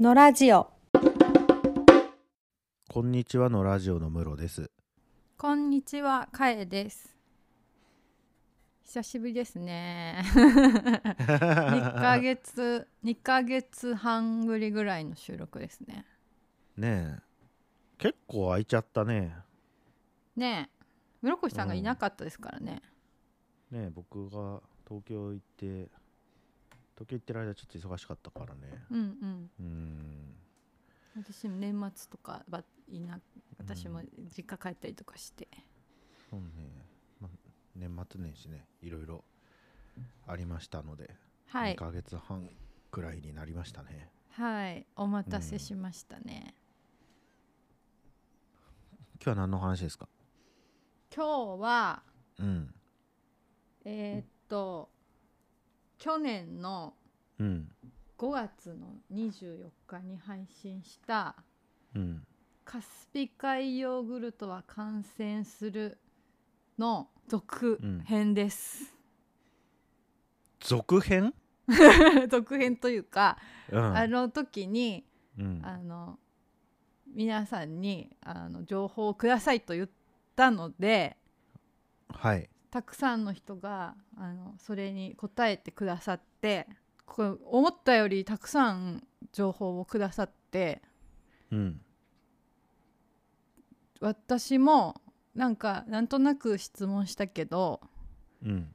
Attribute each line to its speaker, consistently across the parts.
Speaker 1: のラジオ
Speaker 2: こんにちはのラジオのムロです。
Speaker 3: こんにちは、かえです。久しぶりですね。2ヶ月、2ヶ月半ぶりぐらいの収録ですね。
Speaker 2: ねえ、結構空いちゃったね。
Speaker 3: ねえ、室越さんがいなかったですからね。
Speaker 2: ねえ、僕が東京行って、東京行ってる間ちょっと忙しかったからね。
Speaker 3: うんうん。
Speaker 2: うーん。
Speaker 3: 私も年末とかはいな、私も実家帰ったりとかして。
Speaker 2: そうね、ま年末年始ね、いろいろありましたので、
Speaker 3: は
Speaker 2: 2
Speaker 3: い、
Speaker 2: ヶ月半くらいになりましたね。
Speaker 3: はい、お待たせしましたね。
Speaker 2: 今日は何の話ですか
Speaker 3: 今日は、
Speaker 2: うん。
Speaker 3: えーっと、去年の
Speaker 2: うん。
Speaker 3: 5月の24日に配信した
Speaker 2: うん。
Speaker 3: カスピ海ヨーグルトは感染するの続編です、
Speaker 2: 続編
Speaker 3: 続編というか、
Speaker 2: うん。
Speaker 3: あの時に
Speaker 2: うん。
Speaker 3: あの皆さんにあの情報をくださいと言ったので
Speaker 2: はい。
Speaker 3: たくさんの人があのそれに答えてくださってこれ思ったよりたくさん情報をくださって
Speaker 2: うん。
Speaker 3: 私もなんかなんとなく質問したけど
Speaker 2: うん。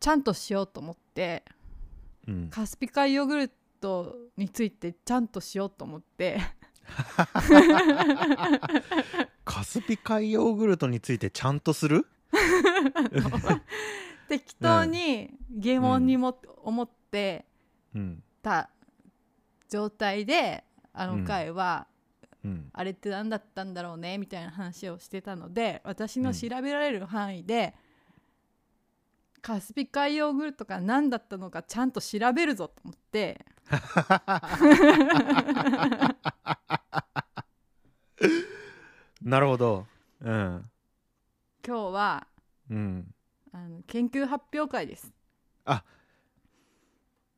Speaker 3: ちゃんとしようと思って
Speaker 2: うん。
Speaker 3: カスピ海ヨーグルトについてちゃんとしようと思って
Speaker 2: カスピ海ヨーグルトについてちゃんとする
Speaker 3: 適当に疑問にも、思って
Speaker 2: うん。
Speaker 3: た状態であ
Speaker 2: うん
Speaker 3: の回は、
Speaker 2: うん。
Speaker 3: あれって何だったんだろうねみたいな話をしてたので私の調べられる範囲で、カスピ海ヨーグルトが何だったのかちゃんと調べるぞと思って
Speaker 2: なるほど。うん。
Speaker 3: 今日は
Speaker 2: うん。
Speaker 3: あの研究発表会です。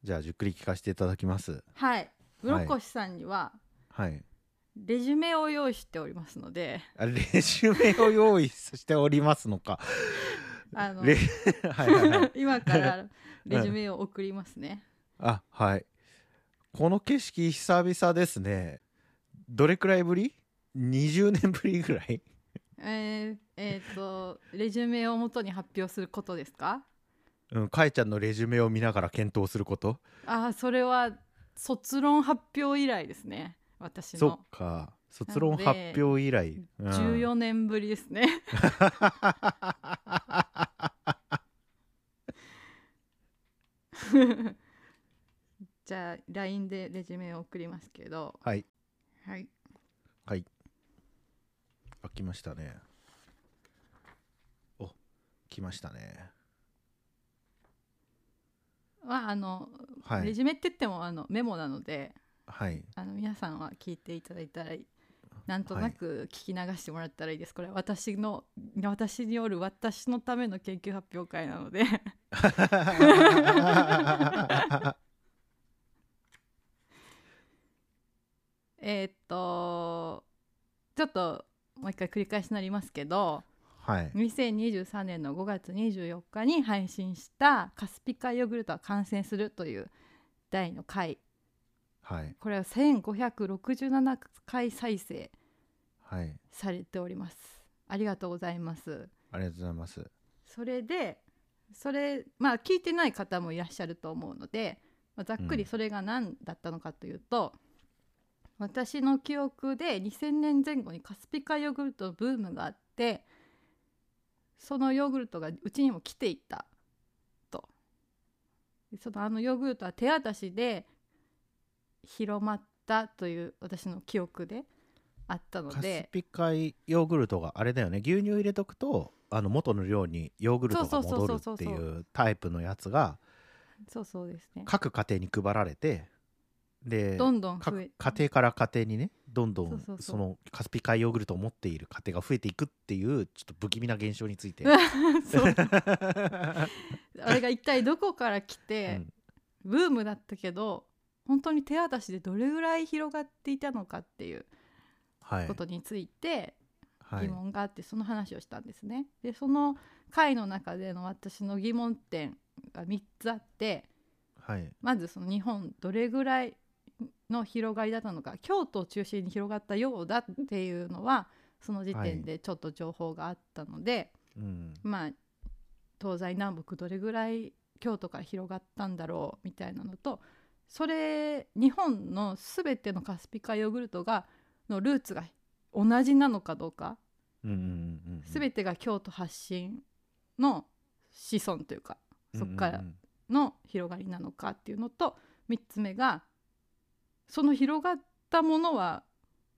Speaker 2: じゃあ、じっくり聞かせていただきます。
Speaker 3: はい、室越さんには
Speaker 2: はい。
Speaker 3: レジュメを用意しておりますので、
Speaker 2: あレジュメを用意しておりますのか。
Speaker 3: あ の
Speaker 2: レはいはいはい。
Speaker 3: 今からレジュメを送りますね。
Speaker 2: あ、はい。この景色、久々ですね。どれくらいぶり ?20 年ぶりぐらい
Speaker 3: えー、えーとレジュメを元に発表することですか？
Speaker 2: うん、かえちゃんのレジュメを見ながら検討すること
Speaker 3: あー、それは卒論発表以来ですね。私
Speaker 2: そ
Speaker 3: の
Speaker 2: っか。卒論発表以来。うん
Speaker 3: 14年ぶりですね。 じゃあ LINE でレジュメを送りますけど、
Speaker 2: はい。
Speaker 3: はい、
Speaker 2: はい。あ、来ましたね。お、来ましたね。
Speaker 3: まああの、
Speaker 2: は
Speaker 3: レ
Speaker 2: い。
Speaker 3: ジュメって言ってもあのメモなので
Speaker 2: はい。
Speaker 3: あの皆さんは聞いていただいたらなんとなく聞き流してもらったらいいです、これは私の私による私のための研究発表会なので えーっとちょっともう一回繰り返しになりますけど
Speaker 2: はい。
Speaker 3: 2023年の5月24日に配信した「カスピ海ヨーグルトは感染する」という第の回
Speaker 2: はい。
Speaker 3: これは1567回再生
Speaker 2: はい。
Speaker 3: されておりますありがとうございます
Speaker 2: ありがとうございます。
Speaker 3: それでそれまあ聞いてない方もいらっしゃると思うので、まあ、ざっく
Speaker 2: う
Speaker 3: り
Speaker 2: ん
Speaker 3: それが何だったのかというと、私の記憶で2000年前後にカスピカヨーグルトのブームがあってそのヨーグルトがうちにも来ていたとでそのあのヨーグルトは手渡しで広まったという私の記憶であったの
Speaker 2: カス
Speaker 3: で
Speaker 2: ピ海ヨーグルトがあれだよね。牛乳入れとくと、あの元の量にヨーグルトが戻るって
Speaker 3: そうそうそう
Speaker 2: い
Speaker 3: そう
Speaker 2: うタイプのやつが
Speaker 3: そうそうですね
Speaker 2: 各家庭に配られて、で、
Speaker 3: どんどん増え
Speaker 2: 各家庭から家庭にねどんど
Speaker 3: そ
Speaker 2: ん
Speaker 3: うそうそう
Speaker 2: そのカスピ海ヨーグルトを持っている家庭が増えていくっていうちょっと不気味な現象について
Speaker 3: そう あれが一体どこから来て、ブームだったけど本当に手渡しでどれぐらい広がっていたのかっていう
Speaker 2: はい
Speaker 3: ことについて
Speaker 2: は
Speaker 3: 疑
Speaker 2: い
Speaker 3: 問があってその話をしたんですね。でその回の中での私の疑問点が3つあって
Speaker 2: はい
Speaker 3: まずその日本どれぐらいの広がりだったのか京都を中心に広がったようだっていうのはその時点でちょっと情報があったので。
Speaker 2: うん
Speaker 3: まあ東西南北どれぐらい京都から広がったんだろうみたいなのとそれ日本の全てのカスピ海ヨーグルトがのルーツが同じなのかどうか
Speaker 2: うんうんうんうん
Speaker 3: 全てが京都発信の子孫というかそっから
Speaker 2: うんうん
Speaker 3: の広がりなのかっていうのと3つ目がその広がったものは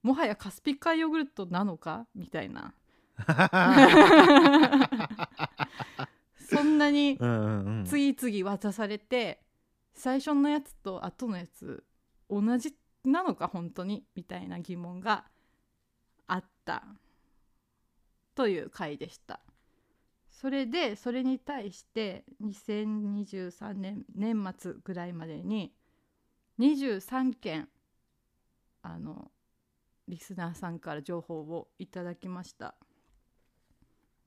Speaker 3: もはやカスピ海ヨーグルトなのかみたいな そんなに
Speaker 2: うんうんうん
Speaker 3: 次々渡されて最初のやつと後のやつ同じなのか本当にみたいな疑問があったという回でした。それでそれに対して2023年年末ぐらいまでに23件あのリスナーさんから情報をいただきました。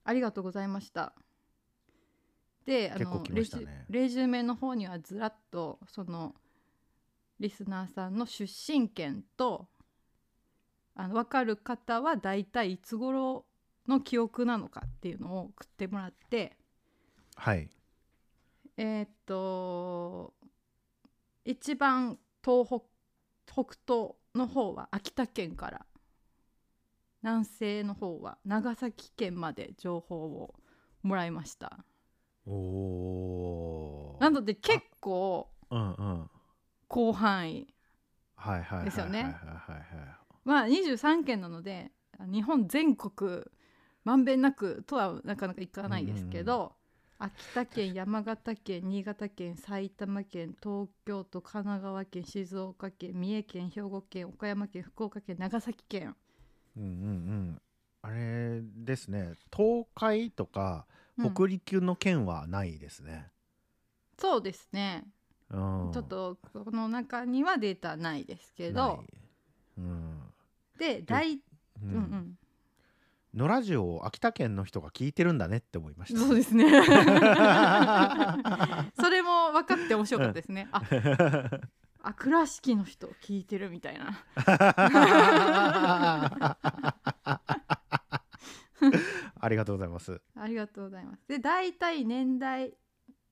Speaker 3: ありがとうございました。で、あ
Speaker 2: 結構
Speaker 3: の
Speaker 2: 来ま
Speaker 3: レ
Speaker 2: し
Speaker 3: ジ
Speaker 2: た
Speaker 3: ュ
Speaker 2: ね
Speaker 3: レジュメの方にはずらっとそのリスナーさんの出身県とあの分かる方は大体いつ頃の記憶なのかっていうのを送ってもらって
Speaker 2: はい
Speaker 3: えーっと一番東北北東の方は秋田県から南西の方は長崎県まで情報をもらいました
Speaker 2: おー
Speaker 3: なので結構
Speaker 2: うんうん
Speaker 3: 広範囲
Speaker 2: はいはいはいはい
Speaker 3: ですよね
Speaker 2: はいはいはい
Speaker 3: まあ23県なので日本全国まんべんなくとはなかなかいかないですけど、秋田県山形県新潟県埼玉県東京都神奈川県静岡県三重県兵庫県岡山県福岡県長崎県、
Speaker 2: うんうんうんあれですね東海とか
Speaker 3: うん
Speaker 2: 北陸の県はないですね、
Speaker 3: そうですね、
Speaker 2: うん
Speaker 3: ちょっとこの中にはデータないですけ
Speaker 2: ないう
Speaker 3: ど
Speaker 2: ん
Speaker 3: で大、
Speaker 2: う
Speaker 3: うんんうん、
Speaker 2: のラジオを秋田県の人が聞いてるんだねって思いました
Speaker 3: そ うですね それも分かって面白かったですね、ああ倉敷の人聞いてるみたいな
Speaker 2: ありがとうございます。
Speaker 3: ありがとうございます。で大体年代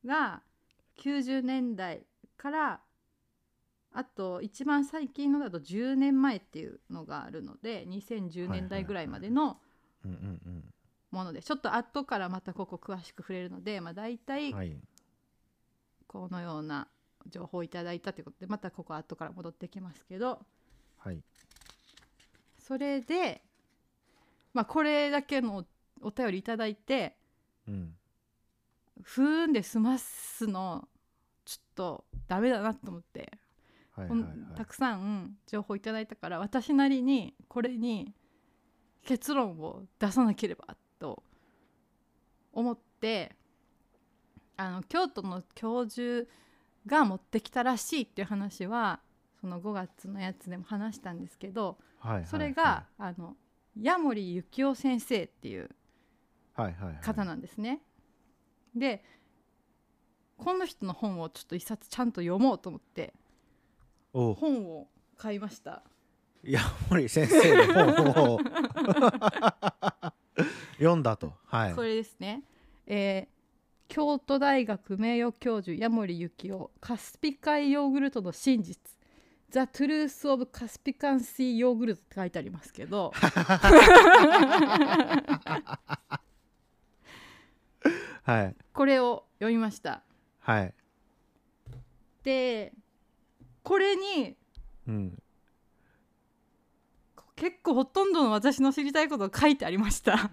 Speaker 3: が90年代からあと一番最近のだと10年前っていうのがあるので2010年代ぐらいまでの
Speaker 2: うんうん
Speaker 3: ものでちょっと後からまたここ詳しく触れるので、まあ、大
Speaker 2: うん。
Speaker 3: 体
Speaker 2: はい。
Speaker 3: このような情報をいただいたということでまたここ後から戻ってきますけど
Speaker 2: はい。
Speaker 3: それで、まあ、これだけのお便りいただいて
Speaker 2: うん。
Speaker 3: ふーんで済ますのちょっとダメだなと思って、
Speaker 2: はいは
Speaker 3: ほ
Speaker 2: い
Speaker 3: ん
Speaker 2: はい。
Speaker 3: たくさん情報いただいたから私なりにこれに結論を出さなければと思ってあの京都の教授が持ってきたらしいっていう話はその5月のやつでも話したんですけど
Speaker 2: はいはいはい
Speaker 3: それが、。あの矢守幸雄先生っていう
Speaker 2: はいはいはい。
Speaker 3: 方なんですね。でこの人の本をちょっと一冊ちゃんと読もうと思って
Speaker 2: おう。
Speaker 3: 本を買いました。
Speaker 2: いや、森先生の本を 読んだと。はい。
Speaker 3: これですね、えー京都大学名誉教授矢守幸雄カスピ海ヨーグルトの真実 The Truth of Caspican Sea Yogurt って書いてありますけど
Speaker 2: はい。
Speaker 3: これを読みました
Speaker 2: はい。
Speaker 3: でこれに
Speaker 2: うん。
Speaker 3: 結構ほとんどの私の知りたいことが書いてありました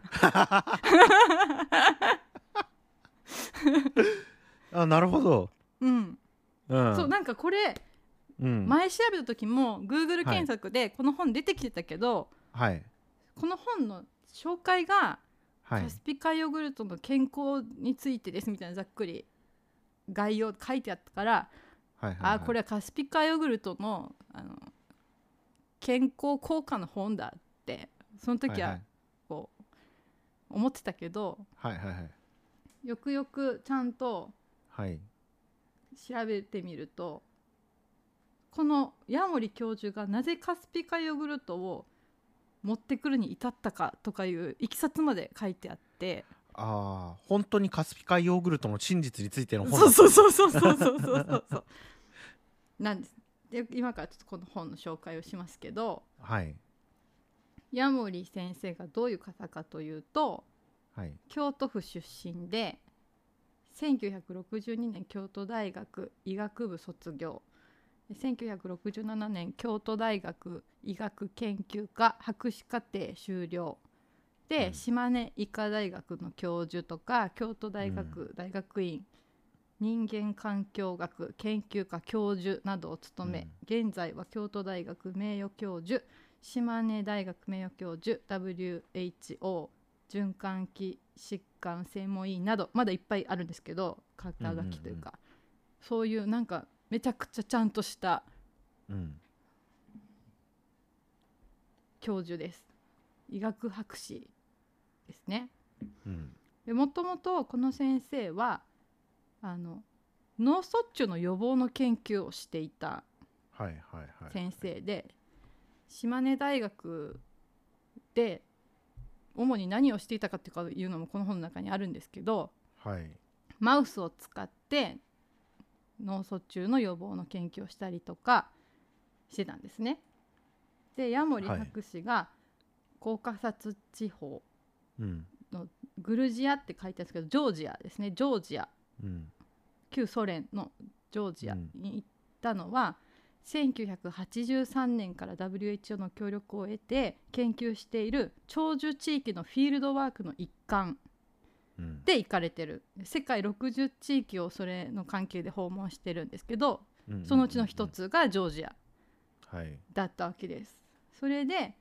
Speaker 2: あ、なるほど。
Speaker 3: うん、
Speaker 2: うん。
Speaker 3: そうなんかこれ
Speaker 2: うん。
Speaker 3: 前調べた時も Google 検索でこの本出てきてたけど、
Speaker 2: はい。
Speaker 3: この本の紹介が、
Speaker 2: はい
Speaker 3: カ。スピ海ヨーグルトの健康についてですみたいなざっくり概要書いてあったから、
Speaker 2: はいはい、はい、
Speaker 3: あこれはカスピカヨーグルトのあの健康効果の本だってその時ははこう思ってたけど、
Speaker 2: はいはいはい
Speaker 3: よくよくちゃんと
Speaker 2: はいはい
Speaker 3: 調べてみるとこの矢守教授がなぜカスピカヨーグルトを持ってくるに至ったかとかいういきさつまで書いてあって
Speaker 2: ああ本当にカスピ海ヨーグルトの真実についての本
Speaker 3: そうそうそうそうそうそうそうそうそうなんですで今からちょっとこの本の紹介をしますけど
Speaker 2: はい
Speaker 3: 矢守先生がどういう方かというと
Speaker 2: はい
Speaker 3: 京都府出身で1962年京都大学医学部卒業1967年京都大学医学研究科博士課程修了で、
Speaker 2: うん
Speaker 3: 島根医科大学の教授とか京都大学大学院、人間環境学研究科教授などを務め、現在は京都大学名誉教授島根大学名誉教授 WHO 循環器疾患専門医などまだいっぱいあるんですけど肩書きというか、そういうなんかめちゃくちゃちゃんとした
Speaker 2: うん
Speaker 3: 教授です医学博士ですね
Speaker 2: うん
Speaker 3: でもともとこの先生はあの脳卒中の予防の研究をしていた
Speaker 2: はいはいはい
Speaker 3: 先生で、島根大学で主に何をしていたかっていうかいうのもこの本の中にあるんですけど
Speaker 2: はい
Speaker 3: マウスを使って脳卒中の予防の研究をしたりとかしてたんですね。で矢守
Speaker 2: はい
Speaker 3: 博士がコーカサス地方
Speaker 2: うん
Speaker 3: グルジアって書いてあるんですけどジョージアですねジョージア
Speaker 2: うん
Speaker 3: 旧ソ連のジョージア
Speaker 2: うん
Speaker 3: に行ったのは、1983年から WHO の協力を得て研究している長寿地域のフィールドワークの一環
Speaker 2: うん
Speaker 3: で行かれてる世界60地域をそれの関係で訪問してるんですけど
Speaker 2: うん
Speaker 3: そのうちの一つがジョージア
Speaker 2: はい
Speaker 3: だったわけです。それで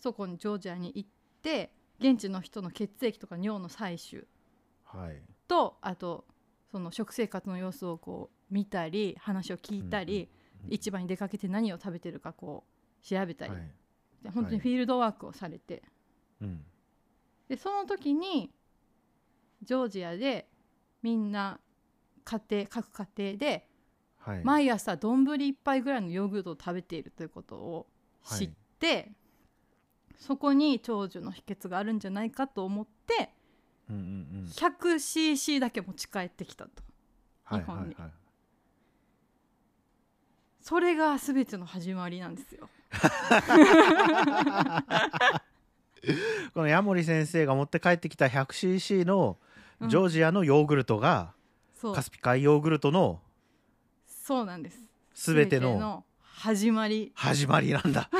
Speaker 3: そこにジョージアに行って現地の人の血液とか尿の採取
Speaker 2: はい
Speaker 3: とあとその食生活の様子をこう見たり話を聞いたり、
Speaker 2: うん
Speaker 3: 市場に出かけて何を食べてるかこう調べたり、
Speaker 2: はい
Speaker 3: で本当にフィールドワークをされて、
Speaker 2: うん
Speaker 3: でその時にジョージアでみんな家庭各家庭で
Speaker 2: はい
Speaker 3: 毎朝丼一杯ぐらいのヨーグルトを食べているということを知って、そこに長寿の秘訣があるんじゃないかと思って
Speaker 2: うんうんうん
Speaker 3: 100cc だけ持ち帰ってきたと。
Speaker 2: はい
Speaker 3: 日本に
Speaker 2: はいはい
Speaker 3: それが全ての始まりなんですよ。
Speaker 2: このヤモリ先生が持って帰ってきた 100cc のジョージアのヨーグルトが、
Speaker 3: そう
Speaker 2: カスピ海ヨーグルトの
Speaker 3: そうなんです。
Speaker 2: すべての
Speaker 3: 始まり。
Speaker 2: 始まりなん だ。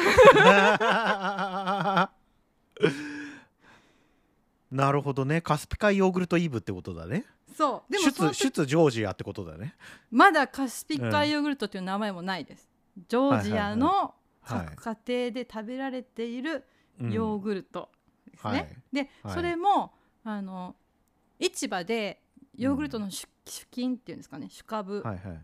Speaker 2: なるほどねカスピ海ヨーグルトイーブってことだね
Speaker 3: そう。でもその
Speaker 2: 出
Speaker 3: 時
Speaker 2: 出ジョージアってことだね
Speaker 3: まだカスピ海ヨーグルトという名前もないです。ジョージアの
Speaker 2: はい
Speaker 3: 各家庭で食べられている
Speaker 2: うん
Speaker 3: ヨーグルトですね。
Speaker 2: はい
Speaker 3: で、
Speaker 2: はい
Speaker 3: それもあの市場でヨーグルトの主主菌っていうんですかね主株、
Speaker 2: はいはい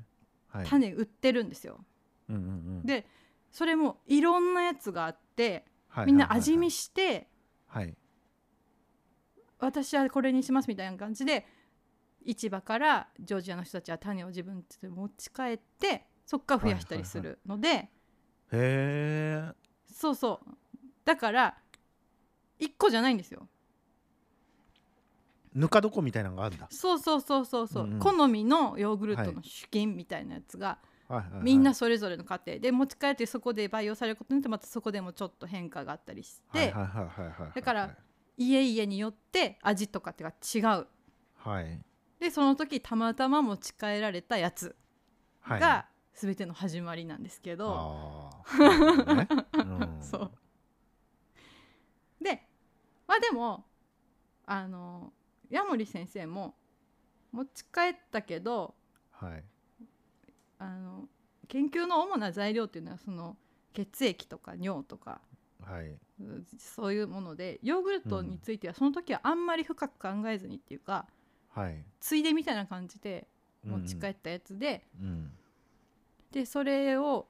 Speaker 2: はい
Speaker 3: 種売ってるんですよ。
Speaker 2: うんうんうん
Speaker 3: でそれもいろんなやつがあって
Speaker 2: はい
Speaker 3: みんな味見
Speaker 2: し
Speaker 3: して。
Speaker 2: はい
Speaker 3: 私はこれにしますみたいな感じで市場からジョージアの人たちは種を自分たちで持ち帰ってそっから増やしたりするので、
Speaker 2: へえ
Speaker 3: そうそうだから1個じゃないんですよ
Speaker 2: ぬか床みたいなのがあるんだ
Speaker 3: そうそうそうそうそ
Speaker 2: う
Speaker 3: う、
Speaker 2: んうん
Speaker 3: 好みのヨーグルト
Speaker 2: は
Speaker 3: の主菌みたいなやつが、
Speaker 2: はいはいはい
Speaker 3: みんなそれぞれの家庭で持ち帰ってそこで培養されることによってまたそこでもちょっと変化があったりして、
Speaker 2: はいはいはいはいはい
Speaker 3: だから家々によって味とかってが違う
Speaker 2: はい
Speaker 3: でその時たまたま持ち帰られたやつ
Speaker 2: はい
Speaker 3: が全ての始まりなんですけど、
Speaker 2: あーなるほどねうん
Speaker 3: そうでまあでもあの矢守先生も持ち帰ったけど
Speaker 2: はい
Speaker 3: あの研究の主な材料っていうのはその血液とか尿とか
Speaker 2: はい
Speaker 3: うんそういうものでヨーグルトについてはその時はあんまり深く考えずにっていうか、
Speaker 2: はい
Speaker 3: ついでみたいな感じで
Speaker 2: うんう
Speaker 3: 持
Speaker 2: ん
Speaker 3: ち帰ったやつで、
Speaker 2: うん
Speaker 3: でそれを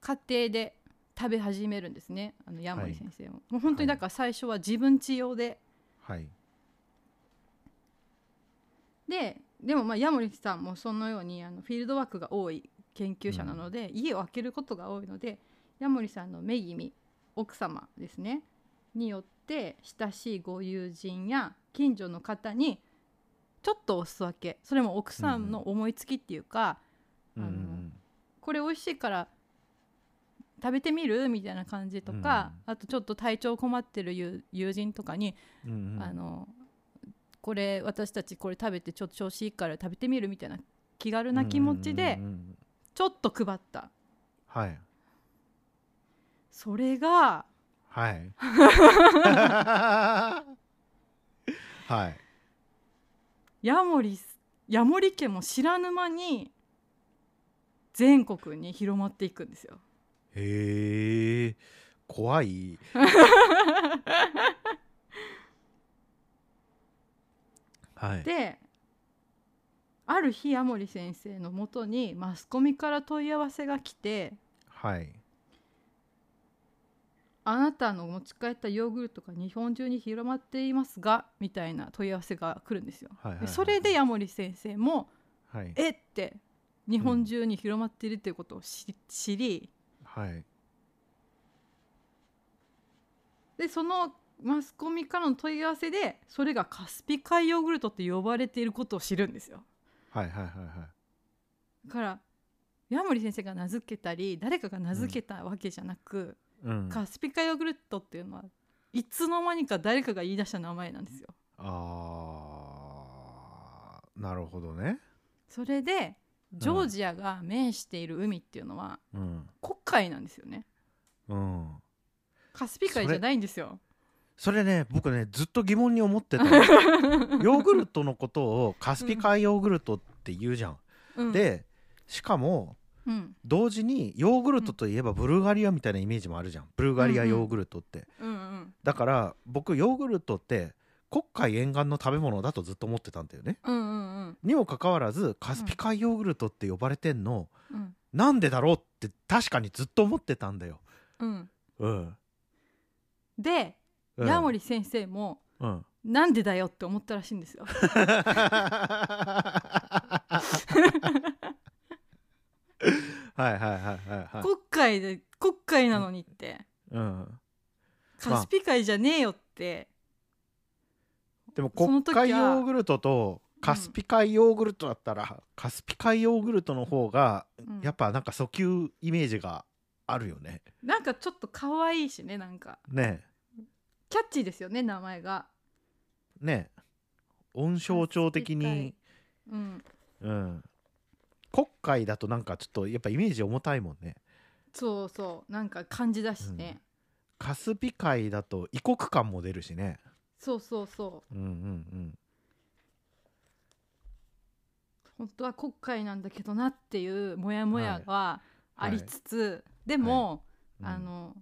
Speaker 3: 家庭で食べ始めるんですねあの山
Speaker 2: は
Speaker 3: 井
Speaker 2: い
Speaker 3: 先生も,、もう本当にだから最初は自分治用で
Speaker 2: はい
Speaker 3: ででもまあヤモリさんもそのようにあのフィールドワークが多い研究者なので、家を空けることが多いのでヤモリさんのめぎみ奥様ですねによって親しいご友人や近所の方にちょっとお裾分けそれも奥さんの思いつきっていうか、
Speaker 2: うんうん
Speaker 3: これ美味しいから食べてみるみたいな感じとか、あとちょっと体調困ってる友友人とかに
Speaker 2: うんうんうん
Speaker 3: あのこれ私たちこれ食べてちょっと調子いいから食べてみるみたいな気軽な気持ちで
Speaker 2: うんうんうんうん
Speaker 3: ちょっと配った
Speaker 2: はい
Speaker 3: それが
Speaker 2: はい はい
Speaker 3: ヤモリヤモリ家も知らぬ間に全国に広まっていくんですよ。
Speaker 2: へえ怖 いはい
Speaker 3: である日ヤモリ先生のもとにマスコミから問い合わせが来て
Speaker 2: はい
Speaker 3: あなたの持ち帰ったヨーグルトが日本中に広まっていますがみたいな問い合わせが来るんですよ。
Speaker 2: はいはいは
Speaker 3: で
Speaker 2: い
Speaker 3: それでヤモリ先生も
Speaker 2: はい
Speaker 3: えって日本中に広まっているということを知知り
Speaker 2: はい
Speaker 3: でそのマスコミからの問い合わせでそれがカスピ海ヨーグルトって呼ばれていることを知るんですよ
Speaker 2: はいはいはいはい
Speaker 3: だからヤモリ先生が名付けたり誰かが名付けたわけじゃなく、
Speaker 2: うん
Speaker 3: カスピ海ヨーグルトっていうのはいつの間にか誰かが言い出した名前なんですよ
Speaker 2: あーなるほどね
Speaker 3: それでジョージアが面している海っていうのは
Speaker 2: うん
Speaker 3: 黒海なんですよね
Speaker 2: うん
Speaker 3: カスピ海じゃないんですよ
Speaker 2: それね僕ねずっと疑問に思 ってたのヨーグルトのことをカスピ海ヨーグルトって言うじゃん、
Speaker 3: うん、
Speaker 2: でしかも
Speaker 3: うん
Speaker 2: 同時にヨーグルトといえばブルガリアみたいなイメージもあるじゃんブルガリアヨーグルトって、
Speaker 3: うんうん
Speaker 2: だから僕ヨーグルトって黒海沿岸の食べ物だとずっと思ってたんだよね
Speaker 3: うんうんうん
Speaker 2: にもかかわらずカスピ海ヨーグルトって呼ばれてんの、
Speaker 3: うん
Speaker 2: なんでだろうって確かにずっと思ってたんだよ
Speaker 3: うん、
Speaker 2: うん、
Speaker 3: で、
Speaker 2: うん、
Speaker 3: ヤモリ先生も
Speaker 2: うん
Speaker 3: なんでだよって思ったらしいんですよ。
Speaker 2: はいはいはいはいはい
Speaker 3: 国会で国会なのにって、
Speaker 2: うん、
Speaker 3: カスピ海じゃねえよって、
Speaker 2: でも
Speaker 3: そ
Speaker 2: 国
Speaker 3: の時は
Speaker 2: 会ヨーグルトとカスピ海ヨーグルトだったら、カスピ海ヨーグルトの方が
Speaker 3: うん
Speaker 2: やっぱなんか訴求イメージがあるよね
Speaker 3: なんかちょっと可愛いしねなんか
Speaker 2: ね
Speaker 3: キャッチーですよね名前が。
Speaker 2: えねえ音象徴的に、
Speaker 3: うん、
Speaker 2: うん、国会だとなんかちょっとやっぱイメージ重たいもんね
Speaker 3: そうそうなんか感じだしね、
Speaker 2: カスピ海だと異国感も出るしね
Speaker 3: そうそうそう
Speaker 2: うんうん
Speaker 3: 本当は国会なんだけどなっていうモヤモヤがありつつ、でも、
Speaker 2: うん
Speaker 3: あの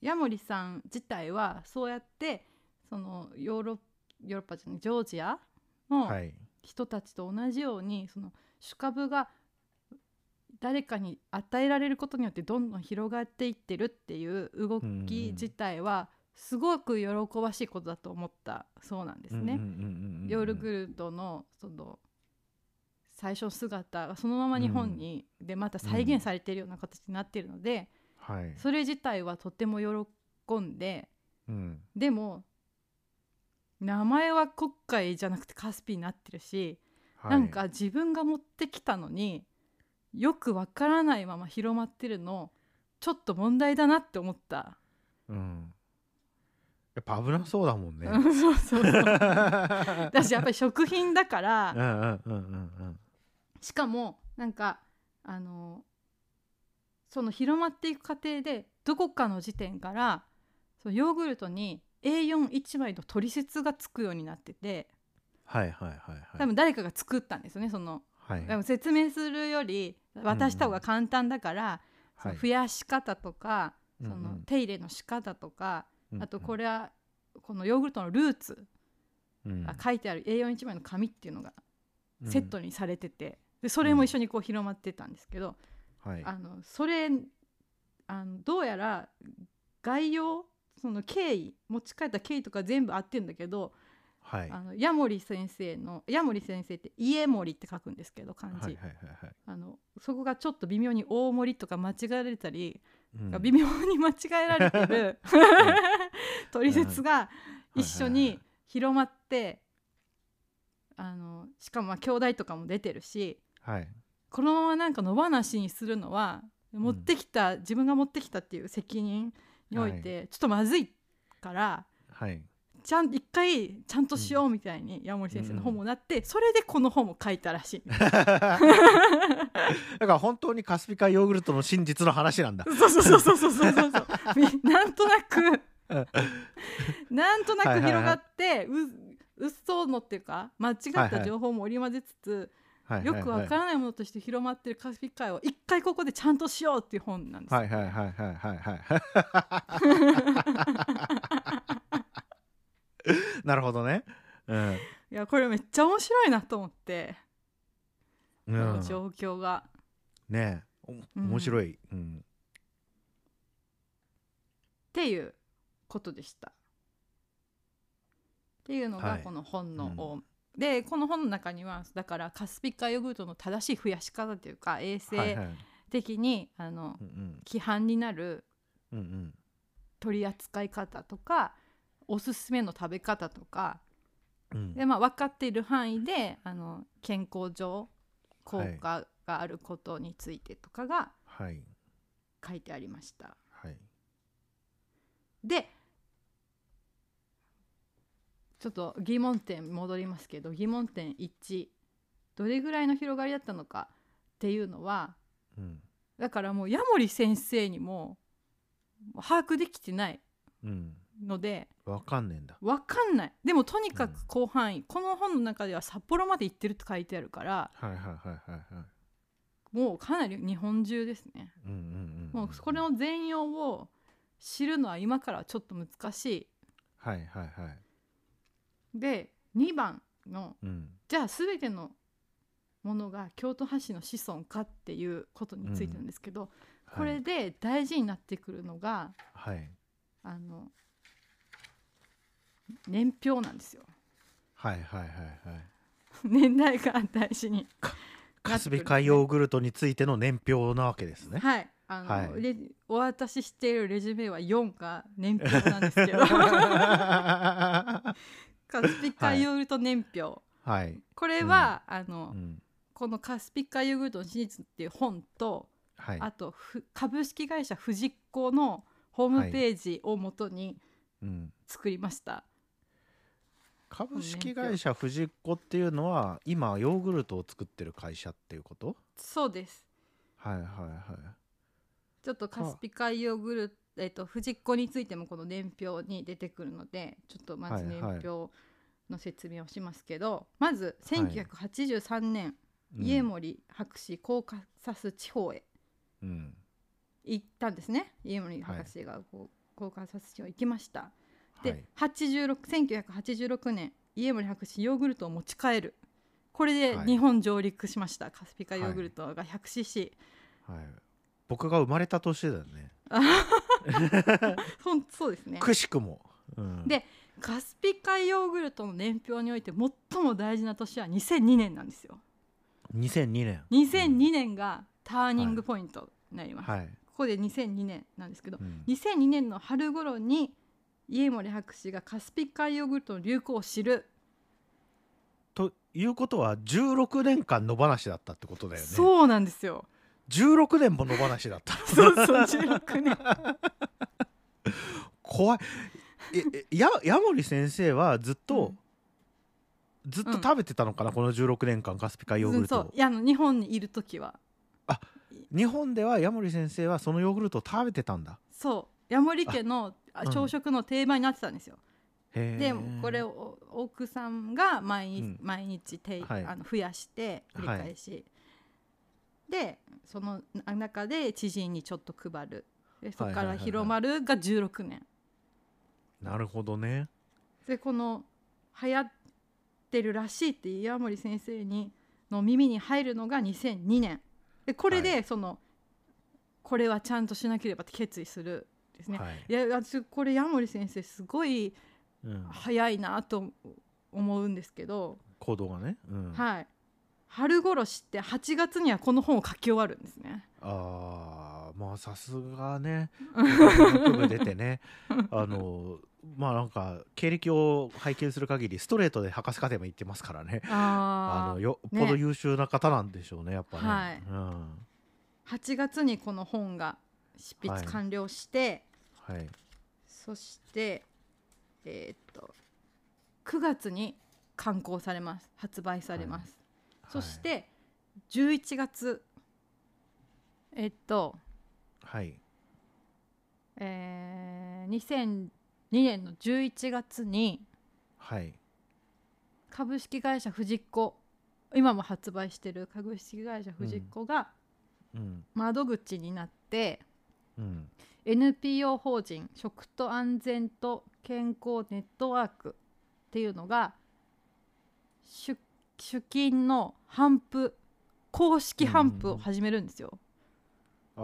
Speaker 3: ヤモリさん自体はそうやってそのヨーロヨーロッパじゃないジョージア
Speaker 2: うん
Speaker 3: の
Speaker 2: はい
Speaker 3: 人たちと同じように、その主株が誰かに与えられることによってどんどん広がっていってるっていう動
Speaker 2: うんうん
Speaker 3: き自体はすごく喜ばしいことだと思ったそうなんですね。
Speaker 2: うんうんうんうんうん
Speaker 3: ヨーグルトのその最初の姿がそのまま日本に、でまた再現されているような形になっているので、
Speaker 2: はい
Speaker 3: それ自体はとても喜んで
Speaker 2: うん
Speaker 3: でも名前は国会じゃなくてカスピになってるし、
Speaker 2: はい
Speaker 3: なんか自分が持ってきたのによくわからないまま広まってるのちょっと問題だなって思った、
Speaker 2: うんやっぱ危なそうだもん ね
Speaker 3: うんそうそ
Speaker 2: う
Speaker 3: うそう
Speaker 2: ん
Speaker 3: だしやっぱり食品だから
Speaker 2: うんうんうん
Speaker 3: しかもなんかあのその広まっていく過程でどこかの時点からそのヨーグルトに A41 枚の取説がつくようになってて
Speaker 2: はいはいはいはい
Speaker 3: 多分誰かが作ったんですよねその
Speaker 2: はい
Speaker 3: でも説明するより渡した方が簡単だから、その
Speaker 2: はい
Speaker 3: 増やし方とか、
Speaker 2: うんうん
Speaker 3: その手入れの仕方とか、あとこ
Speaker 2: れ、
Speaker 3: れはこのヨーグルトのルーツ
Speaker 2: うん
Speaker 3: が書いてある A41 枚の紙っていうのがセットにされてて、でそれも一緒にこう広まってたんですけど、
Speaker 2: はい
Speaker 3: あのそれあのどうやら概要その経緯持ち帰った経緯とか全部合ってるんだけど、
Speaker 2: はい
Speaker 3: あの矢守先生の矢守先生って「家守」って書くんですけど漢字、
Speaker 2: はいはいはいはい
Speaker 3: あのそこがちょっと微妙に大森とか間違えられたり、
Speaker 2: うん
Speaker 3: 微妙に間違えられ てる 取説が一緒に広まってあのしかもまあ兄弟とかも出てるし
Speaker 2: はい
Speaker 3: このままなんか野放しにするのは持ってきた、自分が持ってきたっていう責任においてちょっとまずいから
Speaker 2: はい
Speaker 3: ちゃん一回ちゃんとしようみたいに山森先生の本もなって、それでこの本も書いたらしい。
Speaker 2: だから本当にカスピ海ヨーグルトの真実の話なんだ
Speaker 3: そうそうそうそうそうそうそうそう みなんとなく
Speaker 2: うん
Speaker 3: なんとな
Speaker 2: は
Speaker 3: く
Speaker 2: いはいはい
Speaker 3: 広がってう嘘のっていうか間違っ
Speaker 2: はいは
Speaker 3: た
Speaker 2: い
Speaker 3: 情報も織り交ぜつつ、
Speaker 2: はい
Speaker 3: よくわからないものとして広まってるカスピ海を一回ここでちゃんとしようっていう本なんですよ、
Speaker 2: はいはいはいはいはいはい なるほどねうん
Speaker 3: いやこれめっちゃ面白いなと思って、
Speaker 2: う
Speaker 3: こ
Speaker 2: ん
Speaker 3: の状況が
Speaker 2: ねえお
Speaker 3: ん
Speaker 2: 面白いうん
Speaker 3: っていうことでした。っていうの
Speaker 2: は
Speaker 3: が
Speaker 2: い
Speaker 3: この本の、でこの本の中にはだからカスピ海ヨーグルトの正しい増やし方というか衛生、
Speaker 2: はいはい
Speaker 3: 的にあの
Speaker 2: うん
Speaker 3: 規範になる
Speaker 2: うんうん
Speaker 3: 取り扱い方とかおすすめの食べ方とか
Speaker 2: うん
Speaker 3: で、まあ、分かっている範囲であの健康上効果があることについてとかが
Speaker 2: はい
Speaker 3: 書いてありました。
Speaker 2: はい
Speaker 3: でちょっと疑問点戻りますけど疑問点1どれぐらいの広がりだったのかっていうのは
Speaker 2: うん
Speaker 3: だからもう矢守先生にも把握できてない
Speaker 2: うん
Speaker 3: ので。
Speaker 2: わかんねえんだ
Speaker 3: わかんないでもとにか
Speaker 2: うん
Speaker 3: く広範囲、この本の中では札幌まで行ってるって書いてあるから
Speaker 2: はいはいはいはいはい
Speaker 3: もうかなり日本中ですね
Speaker 2: うんうんうん
Speaker 3: もうこれの全容を知るのは今からはちょっと難し
Speaker 2: はいはいはい
Speaker 3: いで2番の
Speaker 2: うん
Speaker 3: じゃあ全てのものが京都橋の子孫かっていうことについてなんですけど、
Speaker 2: はい
Speaker 3: これで大事になってくるのが
Speaker 2: はい
Speaker 3: あの年表なんですよ
Speaker 2: はいはいはいはい
Speaker 3: 年代が大事に
Speaker 2: カスビ海ヨーグルトについての年表なわけですね
Speaker 3: はいあの、
Speaker 2: はい
Speaker 3: レお渡ししているレジュメは4が年表なんです けど
Speaker 2: は
Speaker 3: カスピ海ヨーグルト年表、
Speaker 2: い、
Speaker 3: これは、あの、
Speaker 2: うん、
Speaker 3: この「カスピ海ヨーグルトの真実」っていう本と、
Speaker 2: はい
Speaker 3: あとふ株式会社フジッコのホームページをもとに
Speaker 2: うん、
Speaker 3: 作りました、
Speaker 2: 株式会社フジッコっていうのは今ヨーグルトを作ってる会社っていうこと
Speaker 3: そうです
Speaker 2: はいはいはい
Speaker 3: ちょっとカスピ海ヨーグルトえっと、フジッコについてもこの年表に出てくるのでちょっとまず
Speaker 2: はい
Speaker 3: 年
Speaker 2: はい
Speaker 3: 表の説明をしますけど、まず1983年、
Speaker 2: うん
Speaker 3: 家森博士コーカサス地方へ
Speaker 2: うん
Speaker 3: 行ったんですね家森博士がこうコーカサス地方へ行きました、
Speaker 2: はい
Speaker 3: で86 1986年家森博士ヨーグルトを持ち帰るこれで
Speaker 2: はい
Speaker 3: 日本上陸しました、カスピカヨーグルトが 100cc、
Speaker 2: はい、僕が生まれた年だよね
Speaker 3: ほんそうですね
Speaker 2: くしくも、うん、
Speaker 3: でカスピカヨーグルトの年表において最も大事な年は2002年なんですよ
Speaker 2: 2002年
Speaker 3: 2002年がターニングポイントになります、
Speaker 2: はい、
Speaker 3: ここで2002年なんですけど
Speaker 2: うん
Speaker 3: 2002年の春頃に家森博士がカスピ海ヨーグルトの流行を知る、
Speaker 2: ということは16年間野放しだったってことだよね
Speaker 3: そうなんで すよ
Speaker 2: 16年も野放しだった
Speaker 3: そうそう16年
Speaker 2: 怖いええや矢守先生はずっと、ずっと食べてたのかな、この16年間カスピ海ヨーグルト
Speaker 3: そ
Speaker 2: を
Speaker 3: ういやあの日本にいる時は
Speaker 2: 日本では矢守先生はそのヨーグルトを食べてたんだ
Speaker 3: そうヤモリ家のあ
Speaker 2: うん
Speaker 3: 朝食の定番になってたんですよ、
Speaker 2: へー
Speaker 3: でこれを奥さんが毎日,、
Speaker 2: うん
Speaker 3: 毎日てい
Speaker 2: はい
Speaker 3: あの増やして繰り返し、でその中で知人にちょっと配るでそこ
Speaker 2: はい
Speaker 3: か
Speaker 2: はい
Speaker 3: ら
Speaker 2: はいはい
Speaker 3: 広まるが16年
Speaker 2: なるほどね
Speaker 3: でこの流行ってるらしいって岩森先生にの耳に入るのが2002年でこれ
Speaker 2: は
Speaker 3: でその、これはちゃんとしなければって決意するですね、
Speaker 2: はい
Speaker 3: い、や私これ矢守先生すごい
Speaker 2: うん、
Speaker 3: 早いなと思うんですけど、
Speaker 2: 行動がね、うん、
Speaker 3: はい春殺しって8月にはこの本を書き終わるんですね。
Speaker 2: あーまあさすがね学部出てねあのまあなんか経歴を拝見する限りストレートで博士課程も行ってますからねあ
Speaker 3: あ
Speaker 2: の
Speaker 3: ー
Speaker 2: よっぽど優秀な方なんでしょうねやっぱね、
Speaker 3: はい
Speaker 2: うん
Speaker 3: 8月にこの本が執筆完了して、
Speaker 2: はい、
Speaker 3: そしてえーっと9月に刊行されます発売されます、そし、て11月えっと、
Speaker 2: はい、
Speaker 3: えー2002年の11月に
Speaker 2: はい
Speaker 3: 株式会社藤子今も発売してる株式会社藤子が
Speaker 2: うん
Speaker 3: 窓口になって、
Speaker 2: うん
Speaker 3: NPO 法人食と安全と健康ネットワークっていうのが出主金の反布公式反布を始めるんですよ。
Speaker 2: あ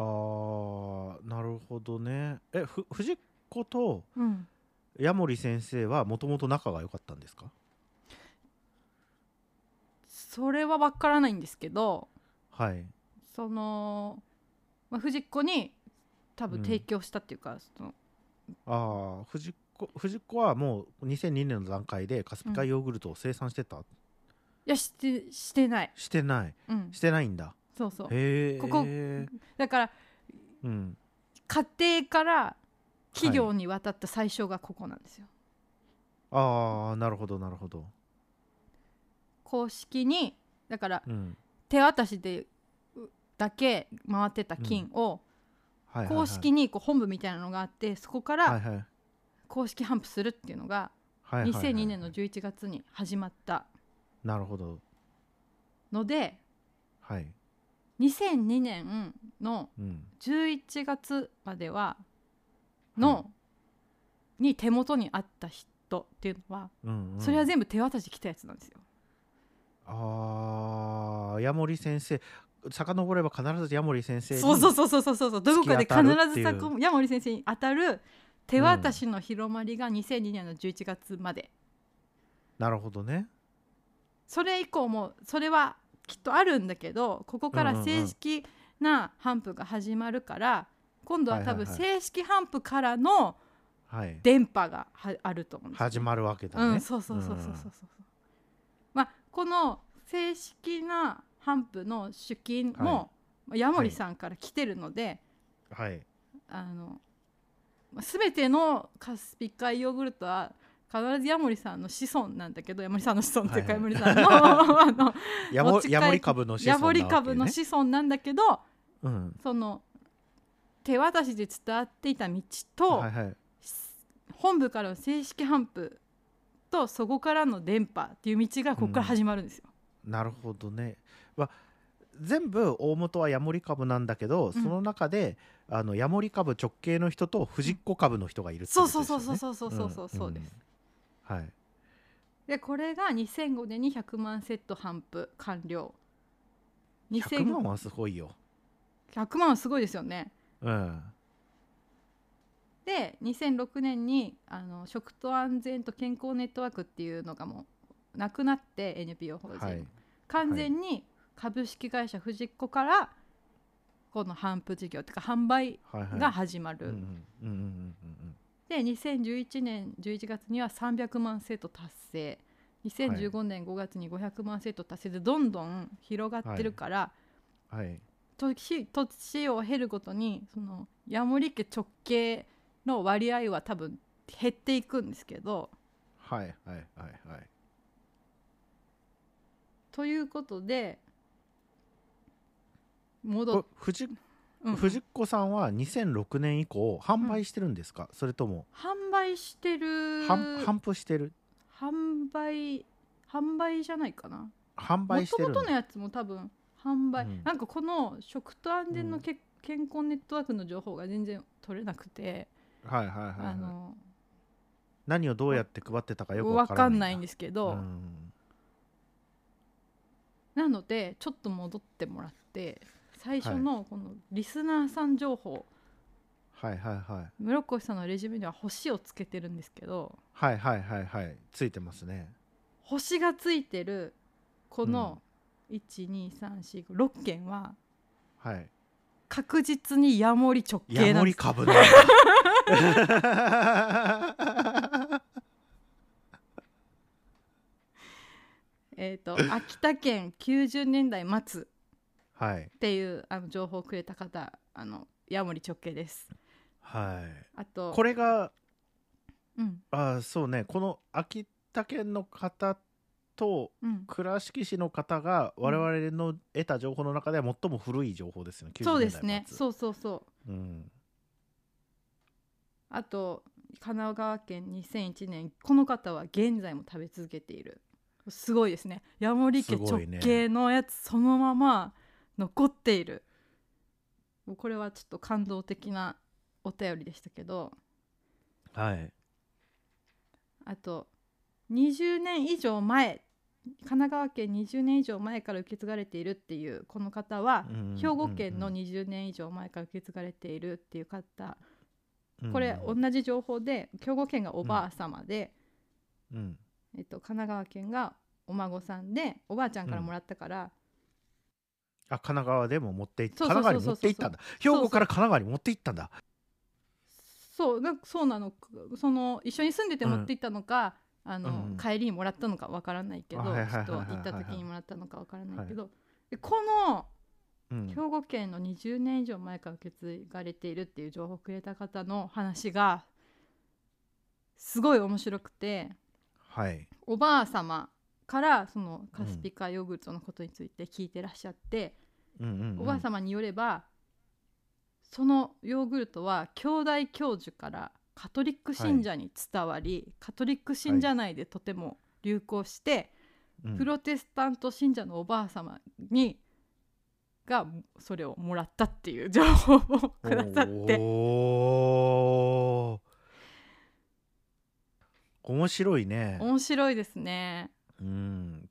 Speaker 2: ーなるほどねえふ藤子と
Speaker 3: うん
Speaker 2: 矢守先生はもともと仲が良かったんですか
Speaker 3: それは分からないんですけど
Speaker 2: はい
Speaker 3: その、まあ、藤子に多
Speaker 2: う
Speaker 3: 分
Speaker 2: ん
Speaker 3: 提供したっていうか、その
Speaker 2: ああ藤子藤子はもう2002年の段階でカスピ海ヨーグルトを生産してた、
Speaker 3: いやしてしてない、
Speaker 2: してない
Speaker 3: うん、
Speaker 2: してないんだ
Speaker 3: そうそう
Speaker 2: へえ
Speaker 3: ここだから
Speaker 2: うん
Speaker 3: 家庭から企業に渡った最初がここなんですよ。
Speaker 2: ああなるほどなるほど
Speaker 3: 公式にだから
Speaker 2: うん
Speaker 3: 手渡しでうだけ回ってた金を
Speaker 2: はいはいはい
Speaker 3: 公式にこう本部みたいなのがあってそこか
Speaker 2: はい
Speaker 3: ら
Speaker 2: はい
Speaker 3: 公式頒布するっていうのが
Speaker 2: はいはいはい
Speaker 3: 2002年の11月に始まった
Speaker 2: なるほど
Speaker 3: ので
Speaker 2: はい
Speaker 3: 2002年の
Speaker 2: うん
Speaker 3: 11月まではのに手元にあった人っていうのは
Speaker 2: うん、うん、
Speaker 3: それは全部手渡しで来たやつなんですよ。
Speaker 2: ああ矢守先生遡れば必ず矢守先生に
Speaker 3: そうそうそうそうそうそうそうどこかで
Speaker 2: 突き当たるって
Speaker 3: 必ず
Speaker 2: いう
Speaker 3: さこ矢守先生に当たる手渡しの広まりが2002年の11月まで、
Speaker 2: なるほどね
Speaker 3: それ以降もそれはきっとあるんだけどここから正式な頒布が始まるから、今度は多
Speaker 2: はい
Speaker 3: 分
Speaker 2: はい
Speaker 3: 正式頒布からの
Speaker 2: はい
Speaker 3: 電波がはあると思うんですよね、
Speaker 2: 始まるわけだね、
Speaker 3: うん、そうそうそうそうそうそうそうまあこの正式な頒布の主金も、矢守さんから来てるので、
Speaker 2: はい
Speaker 3: あのまあ全てのカスピ海ヨーグルトは必ずヤモリさんの子孫なんだけどヤモリさんの子孫っていうか、
Speaker 2: はい
Speaker 3: ヤモリさんの あの
Speaker 2: ヤモ
Speaker 3: 持ち帰
Speaker 2: ヤモリ株の子孫
Speaker 3: ヤ
Speaker 2: なわ
Speaker 3: モ
Speaker 2: けね
Speaker 3: リ株の子孫なんだけど
Speaker 2: うん
Speaker 3: その手渡しで伝わっていた道と、
Speaker 2: はいはい
Speaker 3: 本部からの正式頒布とそこからの電波っていう道がここから始まるんですよ。
Speaker 2: なるほどね、まあ、全部大元はヤモリ株なんだけど、その中であのヤモリ株直系の人と藤子株の人がいるってこ
Speaker 3: そ
Speaker 2: と
Speaker 3: う
Speaker 2: ですよ
Speaker 3: そう
Speaker 2: ね
Speaker 3: そうそうそうそうそうそうそうです。
Speaker 2: うんはい
Speaker 3: でこれが2005年に100万セット頒布完了。
Speaker 2: 100
Speaker 3: 2000
Speaker 2: 万はすごいよ、
Speaker 3: 100万はすごいですよね。
Speaker 2: うん、
Speaker 3: で2006年にあの食と安全と健康ネットワークっていうのがもうなくなって NPO 法人、
Speaker 2: はい
Speaker 3: 完全に株式会社藤子からこの販布事業っていうか販売
Speaker 2: はいはい
Speaker 3: が始まる、
Speaker 2: うんうんうんうんうんうん
Speaker 3: で2011年11月には300万セット達成2015年5月に500万セット達成でどんどん広がってるから、
Speaker 2: うんはい
Speaker 3: 年年を経るごとにそのヤモリ家直系の割合は多分減っていくんですけど
Speaker 2: はいはいはいはい
Speaker 3: ということで戻
Speaker 2: こ
Speaker 3: っ
Speaker 2: れ藤
Speaker 3: うん
Speaker 2: 藤子さんは2006年以降販売してるんですか、それとも
Speaker 3: 販売してる
Speaker 2: 販販布してる
Speaker 3: 販売販売じゃないかな
Speaker 2: 販売
Speaker 3: も
Speaker 2: して
Speaker 3: と
Speaker 2: るん
Speaker 3: もと
Speaker 2: だ
Speaker 3: のやつも多分販売、
Speaker 2: うん
Speaker 3: なんかこの食と安全のけ、健康ネットワークの情報が全然取れなくて、
Speaker 2: はいはいはいはい
Speaker 3: あの
Speaker 2: 何をどうやって配ってたかよくわ
Speaker 3: 分
Speaker 2: か
Speaker 3: から
Speaker 2: ない
Speaker 3: んないんですけど、
Speaker 2: うん
Speaker 3: なのでちょっと戻ってもらって最初のこのリスナーさん情報、
Speaker 2: はいはいはい
Speaker 3: 室越さんのレジュメには星をつけてるんですけど
Speaker 2: はいはいはいはいついてますね
Speaker 3: 星がついてるこの12346件は
Speaker 2: はい
Speaker 3: 確実にヤモリ直径
Speaker 2: ヤ
Speaker 3: な
Speaker 2: モ
Speaker 3: んで
Speaker 2: リ
Speaker 3: す
Speaker 2: 株なんだ
Speaker 3: えー、と秋田県90年代末
Speaker 2: はい
Speaker 3: っていうあの情報をくれた方あのヤモリ直径です
Speaker 2: はい
Speaker 3: あと
Speaker 2: これが
Speaker 3: うん
Speaker 2: あーそうねこの秋田県の方と
Speaker 3: うん
Speaker 2: 倉敷市の方が我々の得た情報の中では最も古い情報ですよね、90
Speaker 3: そうですね
Speaker 2: 年代末
Speaker 3: そうそうそう
Speaker 2: うん、
Speaker 3: あと神奈川県2001年この方は現在も食べ続けているすごいですねヤモリ家
Speaker 2: すご
Speaker 3: 直
Speaker 2: いね
Speaker 3: 径のやつそのまま残っているもうこれはちょっと感動的なお便りでしたけど
Speaker 2: はい
Speaker 3: あと20年以上前神奈川県20年以上前から受け継がれているっていうこの方は
Speaker 2: うん
Speaker 3: 兵庫県の
Speaker 2: うん
Speaker 3: 20年以上前から受け継がれているっていう方
Speaker 2: うん
Speaker 3: これ
Speaker 2: う
Speaker 3: 同
Speaker 2: ん
Speaker 3: じ情報で兵庫県がおばあ様で、
Speaker 2: うん
Speaker 3: えっと、神奈川県がお孫さんでおばあちゃんからもらったから、
Speaker 2: あ神奈川でも持っていっ
Speaker 3: そう
Speaker 2: 神
Speaker 3: そう
Speaker 2: 奈
Speaker 3: そう
Speaker 2: 川に持っ
Speaker 3: そう
Speaker 2: ていったんだ兵庫から神奈川に持っていったんだ
Speaker 3: そうなんかそうなのその一緒に住んでて持って行ったのか、あの
Speaker 2: うん
Speaker 3: 帰りにもらったのかわからないけど、
Speaker 2: あはいはい
Speaker 3: ちょ
Speaker 2: は
Speaker 3: っ
Speaker 2: いはい
Speaker 3: と
Speaker 2: はい
Speaker 3: 行った時にもらったのかわからないけど、でこの
Speaker 2: うん
Speaker 3: 兵庫県の20年以上前から受け継がれているっていう情報をくれた方の話がすごい面白くて
Speaker 2: はい
Speaker 3: おばあ様からそのカスピカヨーグルトのことについて聞いてらっしゃって、
Speaker 2: うんうんうん
Speaker 3: おばあ様によればそのヨーグルトは兄弟教授からカトリック信者に伝わり、カトリック信者内でとても流行して、
Speaker 2: うん
Speaker 3: プロテスタント信者のおばあ様にがそれをもらったっていう情報をくださって
Speaker 2: おー面白いね
Speaker 3: 面白いですね
Speaker 2: うん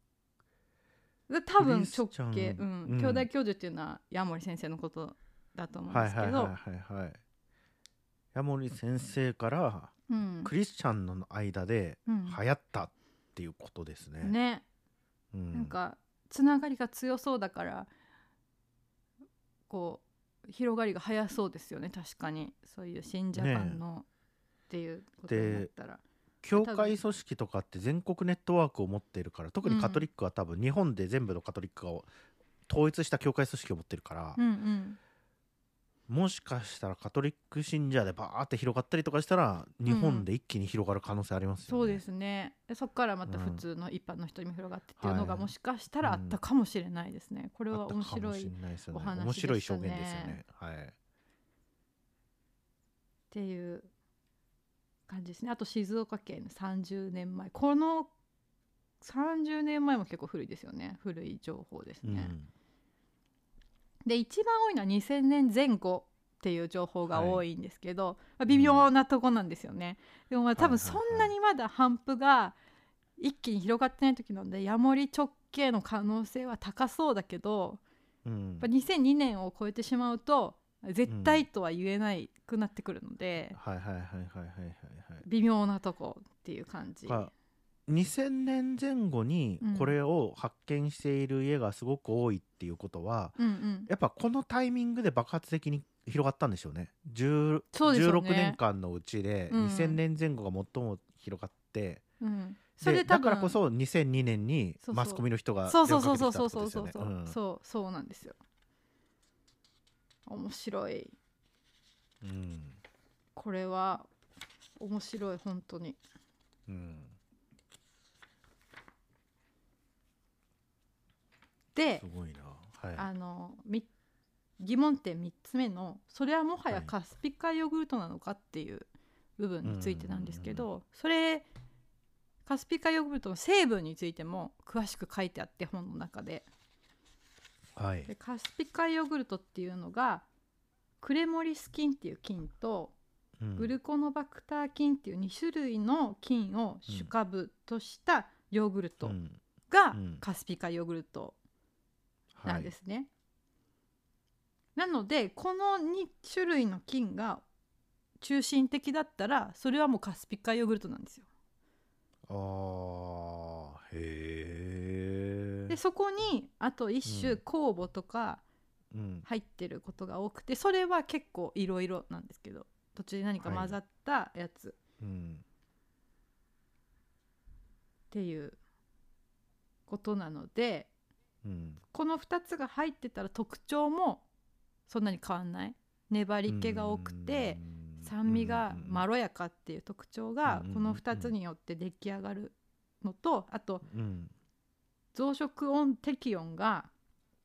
Speaker 3: で多
Speaker 2: ク
Speaker 3: 分
Speaker 2: リスチ
Speaker 3: 直
Speaker 2: ャン
Speaker 3: 径、うん
Speaker 2: うん
Speaker 3: 兄弟教授っていうのは矢守先生のことだと思うん
Speaker 2: はい
Speaker 3: ですけ
Speaker 2: はいはい
Speaker 3: ど、
Speaker 2: はいはいヤモリ先生から
Speaker 3: うん
Speaker 2: クリスチャンの間で
Speaker 3: うん
Speaker 2: 流行ったっていうことですね。
Speaker 3: ね
Speaker 2: う
Speaker 3: なんかつながりが強そうだからこう広がりが早そうですよね確かにそういう信者間の、っていうことになったら
Speaker 2: 教会組織とかって全国ネットワークを持っているから特にカトリックは多分日本で全部のカトリックを統一した教会組織を持ってるから、
Speaker 3: うんうん
Speaker 2: もしかしたらカトリック信者でバーって広がったりとかしたら日本で一気に広がる可能性ありますよね。
Speaker 3: そうですねでそこからまた
Speaker 2: うん
Speaker 3: 普通の一般の人にも広がってっていうのが
Speaker 2: はい
Speaker 3: もしかしたらあったかもしれないですね、これ
Speaker 2: あ
Speaker 3: は
Speaker 2: った
Speaker 3: 面
Speaker 2: かも
Speaker 3: 白
Speaker 2: し
Speaker 3: い
Speaker 2: れ
Speaker 3: っ
Speaker 2: ないですよね
Speaker 3: お話
Speaker 2: 面白い表現
Speaker 3: で
Speaker 2: で
Speaker 3: したね
Speaker 2: すよね。はい。
Speaker 3: ていう感じですねあと静岡県30年前この30年前も結構古いですよね古い情報です
Speaker 2: うん
Speaker 3: ね、で一番多いのは2000年前後っていう情報が多いんですけど、まあ微妙なとこなんですよね、でもまあ多分
Speaker 2: はい
Speaker 3: そ
Speaker 2: はいはい
Speaker 3: んなにまだ反布が一気に広がってない時なのでヤモリ直径の可能性は高そうだけど
Speaker 2: うん
Speaker 3: やっぱ2002年を超えてしまうと絶対とは言えないくなってくるので、
Speaker 2: はいはいはいはいはいはいはい。
Speaker 3: 微妙なとこっていう感じ、
Speaker 2: が2000年前後に
Speaker 3: うん
Speaker 2: これを発見している家がすごく多いっていうことは、
Speaker 3: うんうん、
Speaker 2: やっぱこのタイミングで爆発的に広がったんでしょうね10
Speaker 3: そうでしょうね
Speaker 2: 16年間のうちで
Speaker 3: うん
Speaker 2: 2000年前後が最も広がって、
Speaker 3: うんそ
Speaker 2: で
Speaker 3: れで多
Speaker 2: だ
Speaker 3: 分
Speaker 2: からこそ2002年に
Speaker 3: そうそう
Speaker 2: マスコミの人が
Speaker 3: そう
Speaker 2: 電
Speaker 3: そう
Speaker 2: 話
Speaker 3: そ
Speaker 2: かけ
Speaker 3: うそ
Speaker 2: て
Speaker 3: う
Speaker 2: きた
Speaker 3: そ
Speaker 2: っ
Speaker 3: う
Speaker 2: てこと
Speaker 3: そう
Speaker 2: です
Speaker 3: そ
Speaker 2: よね
Speaker 3: うそう、そうそうなんですよ面白い
Speaker 2: うんうん
Speaker 3: これは面白い本当に
Speaker 2: うん、
Speaker 3: です
Speaker 2: ごいなはい
Speaker 3: あのみ疑問点3つ目のそれはもはや
Speaker 2: はい
Speaker 3: カスピカヨーグルトなのかっていう部分についてなんですけど、それカスピカヨーグルトの成分についても詳しく書いてあって本の中で
Speaker 2: はい
Speaker 3: でカスピカヨーグルトっていうのがクレモリス菌っていう菌と
Speaker 2: うん
Speaker 3: グルコノバクター菌っていう2種類の菌を主株としたヨーグルト
Speaker 2: うん
Speaker 3: が
Speaker 2: うん
Speaker 3: カスピカヨーグルトなんですね。なのでこの2種類の菌が中心的だったらそれはもうカスピカヨーグルトなんですよ。
Speaker 2: あーへえ
Speaker 3: でそこにあと一種
Speaker 2: うん
Speaker 3: 酵母とか
Speaker 2: うん
Speaker 3: 入ってることが多くてそれは結構いろいろなんですけど途中で何か混ざったやつっ
Speaker 2: うん
Speaker 3: ていうことなので
Speaker 2: うん
Speaker 3: この2つが入ってたら特徴もそんなに変わんない粘り気が多くて。
Speaker 2: うん
Speaker 3: 酸味が
Speaker 2: うん
Speaker 3: まろやかっていう特徴が
Speaker 2: うん
Speaker 3: この2つによって出来上がるのとあと
Speaker 2: うん
Speaker 3: 増殖温適温が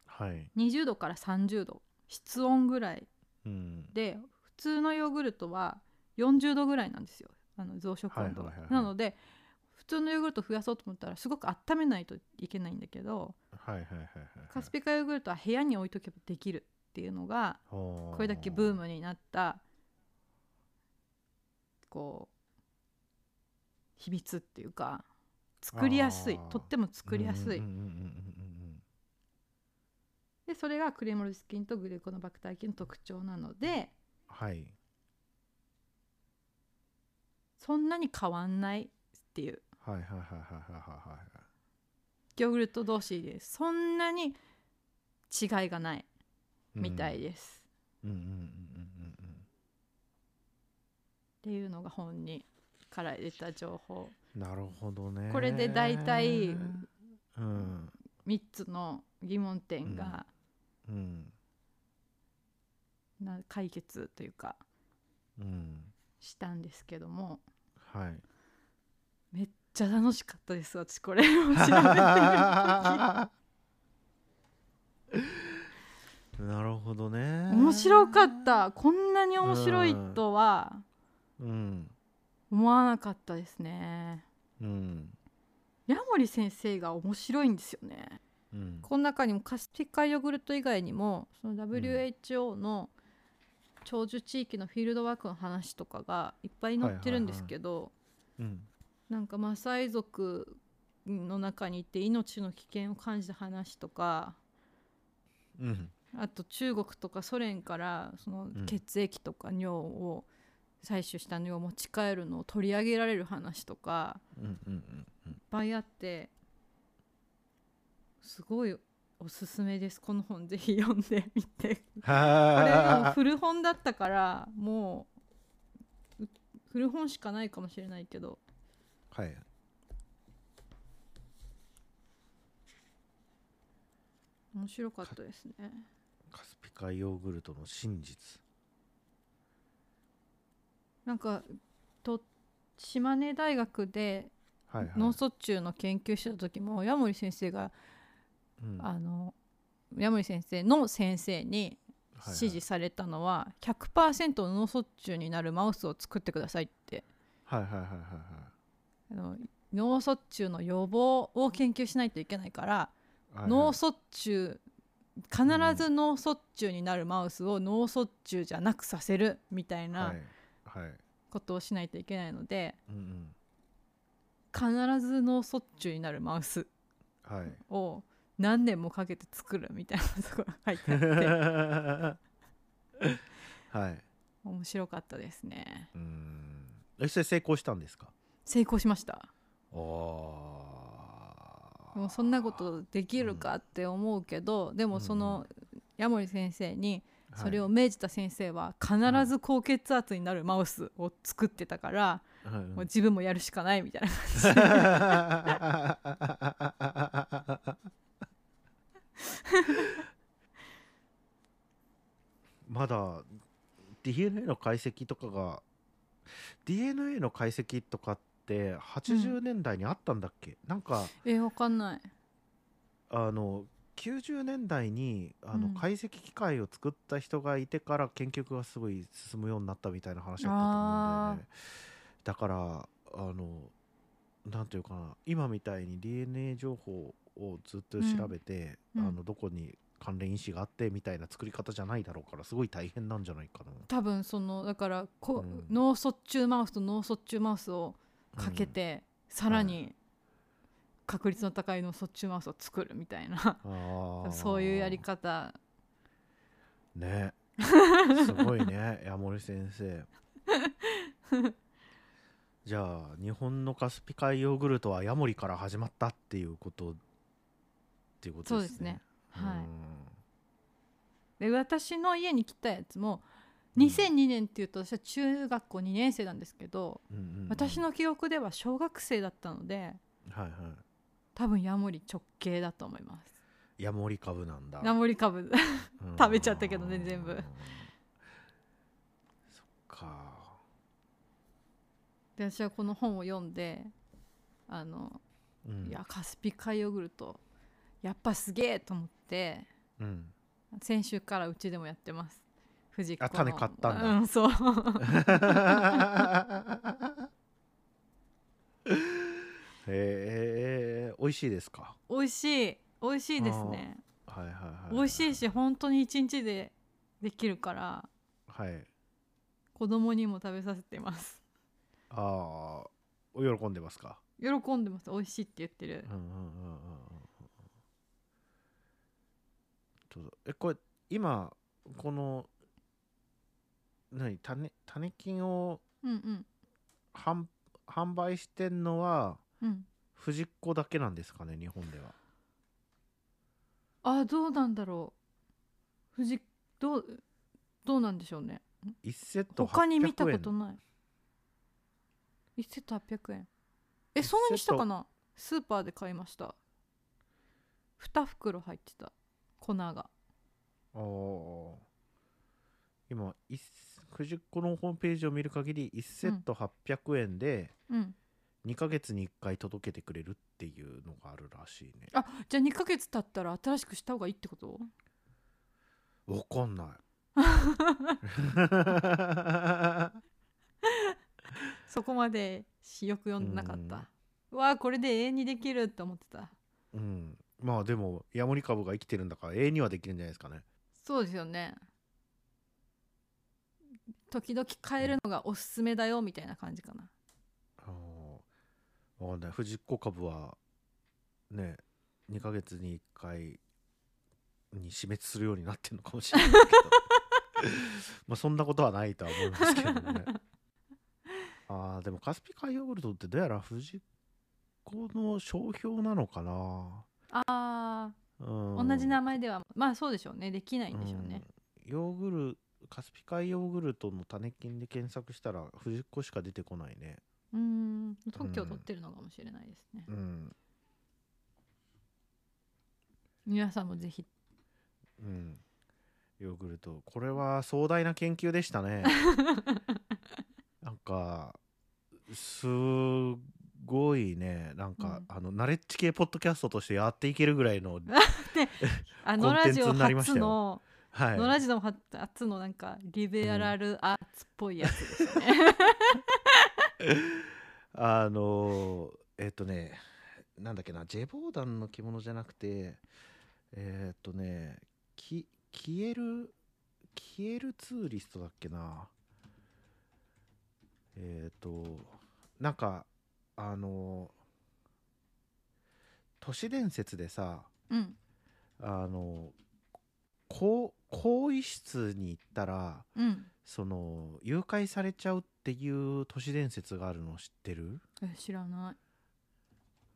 Speaker 2: はい
Speaker 3: 20度から30度室温ぐらい
Speaker 2: うん
Speaker 3: で普通のヨーグルトは40度ぐらいなんですよあの増殖温度が
Speaker 2: はいはいはいはい
Speaker 3: なので普通のヨーグルト増やそうと思ったらすごく温めないといけないんだけど
Speaker 2: はいはいはいはい
Speaker 3: カスピカヨーグルトは部屋に置いとけばできるっていうのが
Speaker 2: こ
Speaker 3: これだけブームになったこう秘密っていうか作りやす
Speaker 2: あ
Speaker 3: い
Speaker 2: ー
Speaker 3: とっても作りやすい、
Speaker 2: うんうんうんうんうん
Speaker 3: でそれがクレモルス菌とグルコノバクター菌の特徴なので
Speaker 2: はい
Speaker 3: そんなに変わんないっていう
Speaker 2: はいはいはいはいはいはいはい
Speaker 3: ヨーグルト同士でそんなに違いがないみたいです、
Speaker 2: うんうんうんうん
Speaker 3: っていうのが本にから出た情報
Speaker 2: うんうんなるほどね
Speaker 3: これで大体
Speaker 2: うん
Speaker 3: 3つの疑問点が、
Speaker 2: うん
Speaker 3: な解決というか
Speaker 2: うん
Speaker 3: したんですけども
Speaker 2: はい
Speaker 3: めっちゃ楽しかったです私これ を調べてる時
Speaker 2: なるほどね
Speaker 3: 面白かったこんなに面白いとは
Speaker 2: うん
Speaker 3: 思わなかったですね
Speaker 2: うん
Speaker 3: 矢守先生が面白いんですよね
Speaker 2: うん
Speaker 3: この中にもカスピカヨーグルト以外にもその WHO の長寿地域のフィールドワークの話とかがいっぱい載ってるんですけど、
Speaker 2: うん
Speaker 3: なんかマサイ族の中にいて命の危険を感じた話とか
Speaker 2: うん
Speaker 3: あと中国とかソ連からその
Speaker 2: ん
Speaker 3: 血液とか尿を採取した尿を持ち帰るのを取り上げられる話とか
Speaker 2: うんうんうんうん
Speaker 3: いっぱいあってすごいおすすめですこの本ぜひ読んでみ てこれでも
Speaker 2: は
Speaker 3: 古本だったからもうう古本しかないかもしれないけど
Speaker 2: いはい
Speaker 3: 面白かったですね
Speaker 2: カスピカヨーグルトの真実
Speaker 3: なんかと島根大学で
Speaker 2: はいはい
Speaker 3: 脳卒中の研究してた時も矢守先生が
Speaker 2: うん
Speaker 3: あの矢守先生の先生に
Speaker 2: はいはい
Speaker 3: 指示されたのは、100%脳卒中になるマウスを作ってくださいって
Speaker 2: はいはいはいはい
Speaker 3: あの脳卒中の予防を研究しないといけないから、
Speaker 2: はいはい
Speaker 3: 脳卒中必ず脳卒中になるマウスを脳卒中じゃなくさせるみたい
Speaker 2: は
Speaker 3: ない
Speaker 2: はい
Speaker 3: ことをしないといけないので、
Speaker 2: うん
Speaker 3: 必ず脳卒中になるマウス
Speaker 2: うん はい
Speaker 3: を何年もかけて作るみたいなところが入ってあっ て
Speaker 2: はい。
Speaker 3: 面白かったですね
Speaker 2: うーん。え、それ成功したんですか。
Speaker 3: 成功しました
Speaker 2: ああ。
Speaker 3: もうそんなことできるかって思うけど、でもその矢守先生にそれを命じた先生は必ず高血圧になるマウスを作ってたから、
Speaker 2: はい。はい
Speaker 3: もう自分もやるしかないみたいな
Speaker 2: まだ DNA の解析とかが DNA の解析とかって80年代にあったんだっけ、なんか
Speaker 3: えわかんない
Speaker 2: あの90年代にあの、
Speaker 3: うん
Speaker 2: 解析機械を作った人がいてから研究がすごい進むようになったみたいな話だったと思うんだよねだからあのなんていうかな今みたいに DNA 情報をずっと調べて、
Speaker 3: うんうん
Speaker 2: あのどこに関連因子があってみたいな作り方じゃないだろうからすごい大変なんじゃないかな
Speaker 3: 多分そのだからこ、
Speaker 2: うん
Speaker 3: 脳卒中マウスと脳卒中マウスをかけ、て、さらに確率の高いのそっちのマウスを作るみたいな
Speaker 2: あー
Speaker 3: そういうやり方
Speaker 2: ねすごいね 山森先生じゃあ日本のカスピ海ヨーグルトはヤモリから始まったっていうことっていうことですね
Speaker 3: そうですねはい
Speaker 2: うん
Speaker 3: で私の家に来たやつも
Speaker 2: うん
Speaker 3: 2002年っていうと私は中学校2年生なんですけど、
Speaker 2: うんうんうん
Speaker 3: 私の記憶では小学生だったので
Speaker 2: はいは
Speaker 3: 多分ヤモリ直系だと思います
Speaker 2: いヤモリ株なんだ
Speaker 3: ヤモリ
Speaker 2: うん
Speaker 3: 株 食べちゃったけどね全部
Speaker 2: そっか
Speaker 3: で私はこの本を読んであの、
Speaker 2: うん
Speaker 3: いやカスピ海ヨーグルトやっぱすげえと思って
Speaker 2: うん
Speaker 3: 先週からうちでもやってます藤子の
Speaker 2: あ種買ったんだ
Speaker 3: うん、 そう
Speaker 2: へえ美味しいですか
Speaker 3: 美味しい美味しいですね
Speaker 2: はいはいはい、はい、
Speaker 3: 美味しいし本当に一日でできるから
Speaker 2: はい
Speaker 3: 子供にも食べさせてます
Speaker 2: ああ喜んでますか
Speaker 3: 喜んでます美味しいって言ってる
Speaker 2: うんうんうんうんうんちょっとえこれ今この何種種菌を
Speaker 3: うんうん
Speaker 2: 販販売してんのは
Speaker 3: うん
Speaker 2: 藤子だけなんですかね日本では
Speaker 3: あどうなんだろう藤どうどうなんでしょうね
Speaker 2: 1セット800円
Speaker 3: 他に見たことない1セット800円え
Speaker 2: 一
Speaker 3: そんなにした
Speaker 2: セット
Speaker 3: かなスーパーで買いました2袋入ってた粉が
Speaker 2: あー今一藤子のホームページを見る限り1セット800円で
Speaker 3: うん
Speaker 2: 2ヶ月に1回届けてくれるっていうのがあるらしいね
Speaker 3: あじゃあ2ヶ月経ったら新しくした方がいいってこと
Speaker 2: わかんない
Speaker 3: そこまでしよく読んでなかったうわあこれで永遠にできるって思ってた
Speaker 2: うんまあでもヤモリ株が生きてるんだから永遠にはできるんじゃないですかね
Speaker 3: そうですよね時々変えるのがおすすめだよみたいな感じかな
Speaker 2: あーわかんない藤子株はね2ヶ月に1回に死滅するようになってるのかもしれないけど まあそんなことはないとは思いますけど ねあーでもカスピ海ヨーグルトってどうやら藤子の商標なのかな
Speaker 3: あ
Speaker 2: う
Speaker 3: ー
Speaker 2: ん
Speaker 3: 同じ名前ではまあそうでしょうねできないんでしょうね、
Speaker 2: うんヨーグルカスピ海ヨーグルトの種菌で検索したら藤子しか出てこないね
Speaker 3: うーん特許を取ってるのかもしれないですね、
Speaker 2: うん
Speaker 3: 皆さんもぜひ
Speaker 2: うんヨーグルトこれは壮大な研究でしたねなんかすごいねなんか、あのナレッジ系ポッドキャストとしてやっていけるぐらいのコ
Speaker 3: あの
Speaker 2: ン
Speaker 3: ラ
Speaker 2: テン
Speaker 3: ジ
Speaker 2: ツ
Speaker 3: オ
Speaker 2: になりまし
Speaker 3: 初
Speaker 2: たよ
Speaker 3: の、
Speaker 2: はい
Speaker 3: のラジオ初初のなんかリベラルアーツっぽいやつですね、
Speaker 2: あのーえっとねなんだっけなジェボーダンの着物じゃなくてえっとねき消える消えるツーリストだっけなえっとなんかあのー都市伝説でさ
Speaker 3: うん
Speaker 2: あのこう更衣室に行ったら
Speaker 3: うん
Speaker 2: その誘拐されちゃうっていう都市伝説があるの知ってる
Speaker 3: え知らない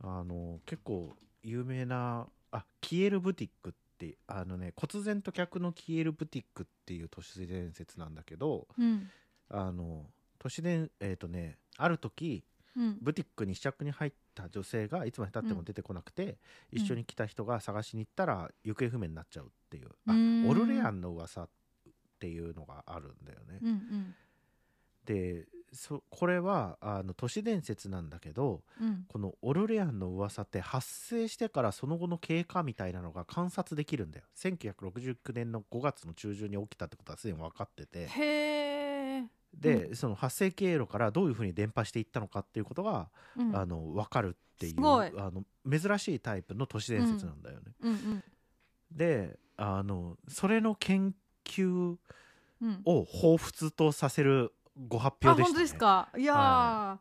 Speaker 2: あの結構有名なあ消えるブティックってあのね忽然と客の消えるブティックっていう都市伝説なんだけど
Speaker 3: うん
Speaker 2: あの都市伝えっ、とねある時
Speaker 3: うん
Speaker 2: ブティックに試着に入った女性がいつまでたっても出てこなくて、
Speaker 3: うん
Speaker 2: 一緒に来た人が探しに行ったら行方不明になっちゃうっていう、
Speaker 3: うーん
Speaker 2: あオルレアンの噂っていうのがあるんだよね。
Speaker 3: うんうん
Speaker 2: でそこれはあの都市伝説なんだけど、
Speaker 3: うん
Speaker 2: このオルレアンの噂って発生してからその後の経過みたいなのが観察できるんだよ1969年の5月の中旬に起きたってことはすでに分かってて
Speaker 3: へえ、
Speaker 2: で、その発生経路からどういうふうに伝播していったのかっていうことが、
Speaker 3: うん、
Speaker 2: あの分かるっていう
Speaker 3: すごい
Speaker 2: あの珍しいタイプの都市伝説なんだよね。
Speaker 3: うんうん
Speaker 2: であのそれの研究
Speaker 3: うん
Speaker 2: を彷彿とさせるご発
Speaker 3: あ
Speaker 2: 表でした、ね、
Speaker 3: 本当ですかいやー、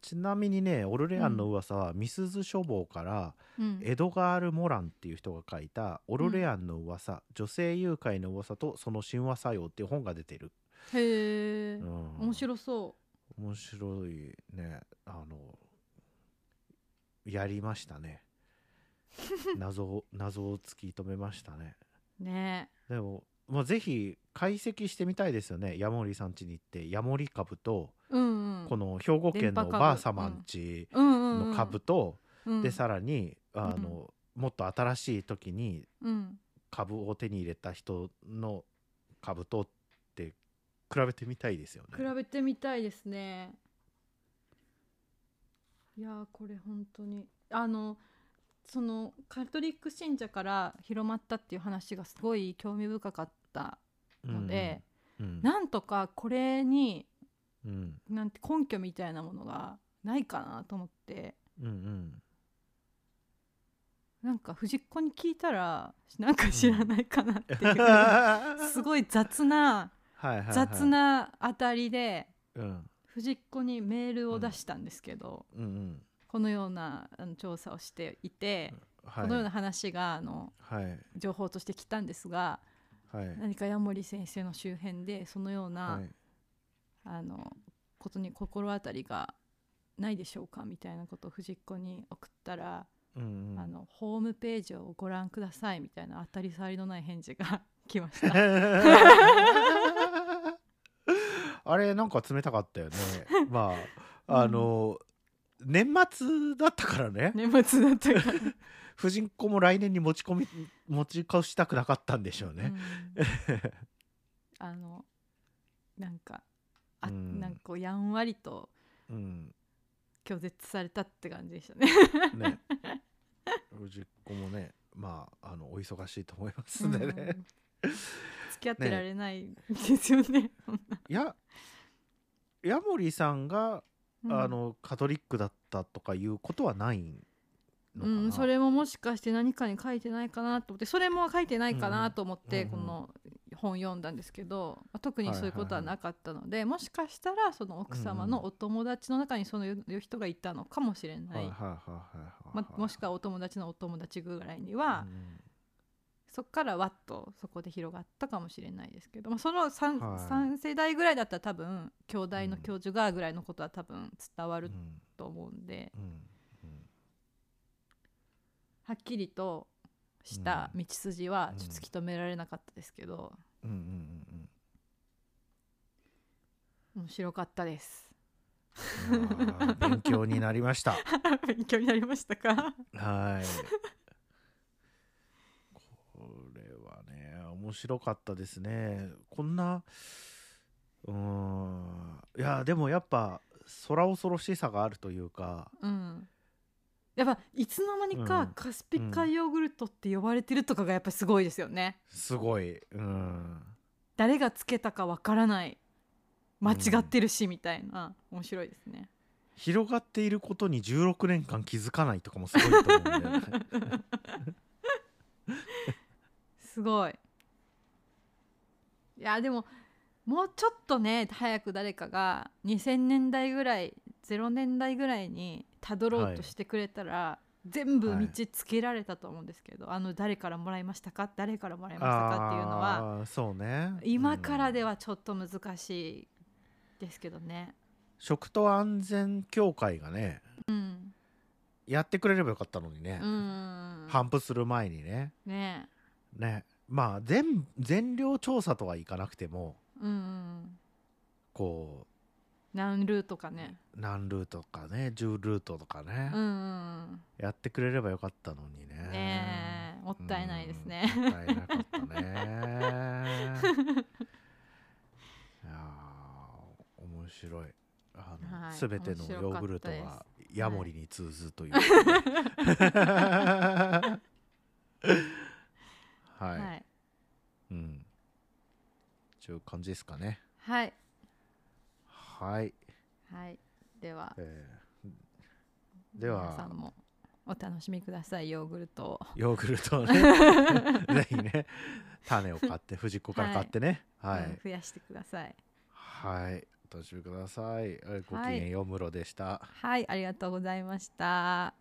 Speaker 2: ちなみにねオルレアンの噂は、みすゞ書房から
Speaker 3: うん
Speaker 2: エドガール・モランっていう人が書いた「オルレアンの噂、女性誘拐の噂とその神話作用」っていう本が出てる、
Speaker 3: へえ、
Speaker 2: うん
Speaker 3: 面白そ
Speaker 2: 面白いねあのやりました ね謎を謎を突き止めましたね
Speaker 3: うね
Speaker 2: でも、まあ、ぜひ解析してみたいですよねヤモリさん家に行ってヤモリ株と
Speaker 3: うんうん
Speaker 2: この兵庫県の
Speaker 3: 電波株
Speaker 2: ばあ様ん家
Speaker 3: うんうんうん
Speaker 2: の株と、
Speaker 3: うん
Speaker 2: でさらにあの、もっと新しい時に
Speaker 3: うん
Speaker 2: 株を手に入れた人の株とって比べてみたいですよね。
Speaker 3: 比べてみたいですねいやーこれ本当にあのそのカトリック信者から広まったっていう話がすごい興味深かったので、
Speaker 2: うんうん、
Speaker 3: なんとかこれに
Speaker 2: うん
Speaker 3: なんて根拠みたいなものがないかなと思って
Speaker 2: うんうん
Speaker 3: なんか藤子に聞いたらなんか知らないかなって いう、す
Speaker 2: い
Speaker 3: ごい雑な
Speaker 2: はいはいはい
Speaker 3: 雑、な当たりで
Speaker 2: うん
Speaker 3: 藤子にメールを出したんですけど、
Speaker 2: うんうん
Speaker 3: このようなあの調査をしていて、
Speaker 2: はい、
Speaker 3: このような話があの
Speaker 2: はい
Speaker 3: 情報として来たんですが
Speaker 2: はい
Speaker 3: 何か矢守先生の周辺でそのような、
Speaker 2: はい
Speaker 3: あのことに心当たりがないでしょうかみたいなことを藤子に送ったら、
Speaker 2: うんうん、
Speaker 3: あのホームページをご覧くださいみたいな当たり障りのない返事が 来ました。
Speaker 2: あれなんか冷たかった よねまああの、年末だったからね
Speaker 3: 年末だったから、
Speaker 2: 婦人子も来年に持ち込み持ち越したくなかったんでしょう
Speaker 3: う
Speaker 2: ね
Speaker 3: ん、 あのなんかあ、
Speaker 2: うん
Speaker 3: なんかこうやんわりと
Speaker 2: うん、
Speaker 3: 拒絶されたって感じでしたね。
Speaker 2: ね婦人子もねまああのお忙しいと思いますんでね、
Speaker 3: うん付き合ってられないですよね。
Speaker 2: いやヤモリさんが、
Speaker 3: うん
Speaker 2: あ、のカトリックだったとかいうことはないの
Speaker 3: う
Speaker 2: かな、
Speaker 3: ん、それももしかして何かに書いてないかなと思ってそれも書いてないかなと思って、
Speaker 2: うんうん
Speaker 3: この本読んだんですけど、まあ特にそういうことはなかったので、もしかしたらその奥様のお友達の中にそういう人がいたのかもしれない、
Speaker 2: はいはいはいはいはい
Speaker 3: まあ、もしくはお友達のお友達ぐらいには、
Speaker 2: うん
Speaker 3: そこからわっとそこで広がったかもしれないですけど、まあ、その 3,、
Speaker 2: はい
Speaker 3: 三世代ぐらいだったら多分兄弟の教授がぐらいのことは多分伝わる
Speaker 2: うん
Speaker 3: と思うんで、
Speaker 2: うんうん
Speaker 3: はっきりとした
Speaker 2: う
Speaker 3: 道筋は
Speaker 2: うん
Speaker 3: ちょっと突き止められなかったですけど、
Speaker 2: うんうんうん
Speaker 3: 面白かったです。
Speaker 2: うんいやー勉強になりました
Speaker 3: 勉強になりましたか
Speaker 2: はい これはね面白かったですねこんなうーんいやでもやっぱ空恐ろしさがあるというか
Speaker 3: うんやっぱいつの間にか
Speaker 2: うん
Speaker 3: カスピ海ヨーグルトって呼ばれてるとかがやっぱすごいですよね。
Speaker 2: すごいうん
Speaker 3: 誰がつけたかわからない間違ってるしみたいな、面白いですね。
Speaker 2: 広がっていることに16年間気づかないとかもすごいと思うん だよね
Speaker 3: すごいいやでももうちょっとね早く誰かが2000年代ぐらい0年代ぐらいにたどろうとしてくれたら、全部
Speaker 2: はい
Speaker 3: 道つけられたと思うんですけど、あの誰からもらいましたか誰からもらいましたかっていうのは
Speaker 2: ああーそうね
Speaker 3: 今から
Speaker 2: は
Speaker 3: ではちょっと難しいですけどね。
Speaker 2: 食と安全協会がね
Speaker 3: うん、
Speaker 2: やってくれればよかったのにね、
Speaker 3: うん、
Speaker 2: 反布する前にね
Speaker 3: ね
Speaker 2: ねまあ全全量調査とはいかなくても
Speaker 3: うん、
Speaker 2: こ
Speaker 3: 何ルートかね。
Speaker 2: う何ルートかね10ルートとかね、
Speaker 3: うん、
Speaker 2: やってくれればよかったのにね
Speaker 3: ねえもったいないですね。
Speaker 2: うんもったいなかった ねいやー面白いあの、
Speaker 3: はい
Speaker 2: 全てのヨーグルト
Speaker 3: 面白か
Speaker 2: は
Speaker 3: っ
Speaker 2: ヤモリに通ずということで、 はい、
Speaker 3: はい
Speaker 2: うんという感じですかね
Speaker 3: はい、
Speaker 2: はい、
Speaker 3: はい、では
Speaker 2: えーでは
Speaker 3: 皆さんもお楽しみくださいヨーグルトを
Speaker 2: ヨーグルトを ねぜひね種を買って藤子から買ってねはい、
Speaker 3: うん増やしてください
Speaker 2: はい。楽しみください。えーご
Speaker 3: は
Speaker 2: き
Speaker 3: い
Speaker 2: げんよう、ムロでした。
Speaker 3: はいありがとうございました。